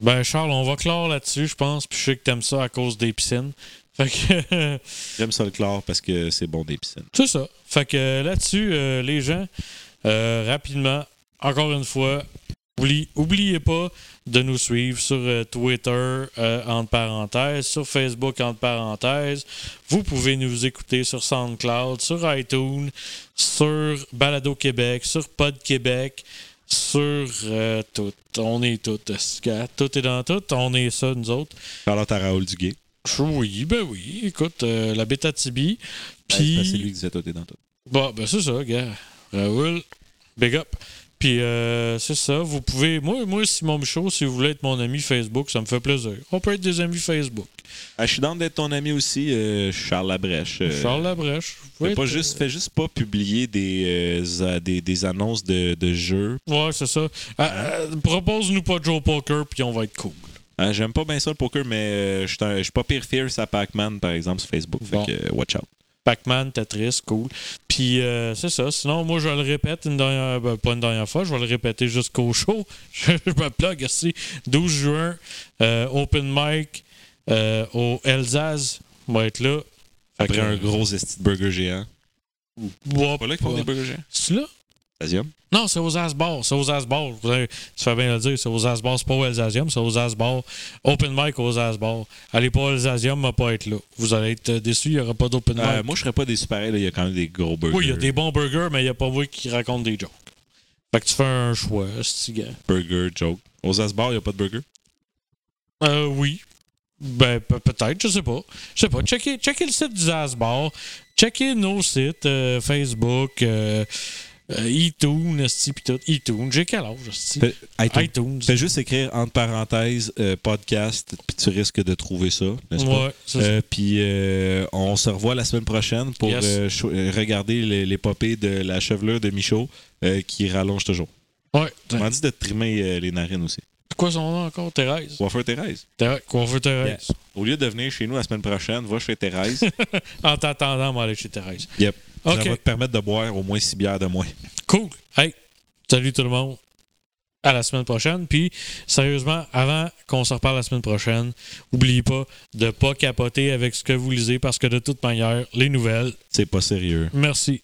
S1: Ben, Charles, on va clore là-dessus, je pense. Puis je sais que t'aimes ça à cause des piscines. Fait que. *laughs*
S2: J'aime ça le chlore parce que c'est bon des piscines.
S1: C'est ça. Fait que euh, là-dessus, euh, les gens, euh, rapidement, encore une fois, oublie- oubliez pas de nous suivre sur euh, Twitter, euh, entre parenthèses, sur Facebook, entre parenthèses. Vous pouvez nous écouter sur SoundCloud, sur iTunes, sur Balado Québec, sur Pod Québec, sur euh, tout. On est tout. Tout est dans tout. On est ça, nous autres.
S2: Charlotte à Raoul Duguay.
S1: Oui, ben oui. Écoute, euh, la bêta Tibi. Puis.
S2: Ben, c'est lui qui disait tout est dans tout.
S1: Bon, ben c'est ça, gars. Raoul, big up. Puis euh, c'est ça, vous pouvez. Moi, moi, Simon Michaud, si vous voulez être mon ami Facebook, ça me fait plaisir. On peut être des amis Facebook.
S2: Ah, je suis dans d'être ton ami aussi, euh, Charles Labrèche. euh,
S1: Charles Labrèche. vous pouvez
S2: fais pas
S1: être-
S2: juste, fais juste pas publier des, euh, a- des, des annonces de, de jeux.
S1: Ouais, c'est ça. Ah, euh, Propose-nous pas Joe Poker, puis on va être cool.
S2: Ah, J'aime pas bien ça le poker, mais euh, je suis un- je suis pas pire fierce à Pac-Man, par exemple, sur Facebook. Fait
S1: Bon.
S2: que, euh, watch out.
S1: Pac-Man, Tetris, cool. Puis euh, c'est ça. Sinon, moi, je le répète une dernière, ben, pas une dernière fois, je vais le répéter jusqu'au *laughs* show. je me plug ici. 12 juin, euh, open mic euh, au Elzaz. On va être là. Fait
S2: Après
S1: que- euh,
S2: un gros esti de burger géant.
S1: Ouais,
S2: Pas là qu'ils font des burgers géants.
S1: C'est là?
S2: Stasium.
S1: Non, c'est aux Asbars. C'est aux Asbars. Vous savez, Tu fais bien le dire, c'est aux Asbars. C'est pas au Elzasium, c'est aux Asbars. Open mic aux Asbars. Allez pas au Elzasium, mais pas être là. Vous allez être euh, déçus, il n'y aura pas d'open mic.
S2: Euh, moi, je serais pas déçu pareil. là, Il y a quand même des gros burgers.
S1: Oui, il y a des bons burgers, mais il n'y a pas vous qui raconte des jokes. Fait que tu fais un choix, ce gars.
S2: burgers joke. Aux Asbar, il y a pas de burger.
S1: Euh, oui. Ben, pe- peut-être, je sais pas. Je sais pas. Checkez, checkez le site du Zasbar. Checkez nos sites, euh, Facebook, euh, euh, iTunes, esti, pis tout. iTunes, j'ai quel âge, esti?
S2: Fait- iTunes.
S1: iTunes.
S2: Fais juste écrire entre parenthèses euh, podcast, puis tu risques de trouver ça, n'est-ce pas?
S1: Ouais, c'est ça.
S2: Euh, Puis euh, on se revoit la semaine prochaine pour
S1: Yes.
S2: euh, cho- euh, regarder les- l'épopée de la chevelure de Michaud euh, qui rallonge toujours.
S1: Ouais.
S2: On m'a dit de te trimer euh, les narines aussi.
S1: C'est quoi son nom encore? Thérèse.
S2: Coiffeur Thérèse.
S1: Thérèse. Coiffeur Thérèse.
S2: Au lieu de venir chez nous la semaine prochaine, va chez
S1: *laughs*
S2: Thérèse.
S1: En t'attendant, on va aller chez Thérèse.
S2: yep.
S1: Ok.
S2: Ça va te permettre de boire au moins 6 bières de moins.
S1: Cool. Hey, salut tout le monde. À la semaine prochaine. Puis, sérieusement, avant qu'on se reparle la semaine prochaine, n'oubliez pas de pas capoter avec ce que vous lisez parce que de toute manière, les nouvelles.
S2: C'est pas sérieux.
S1: Merci.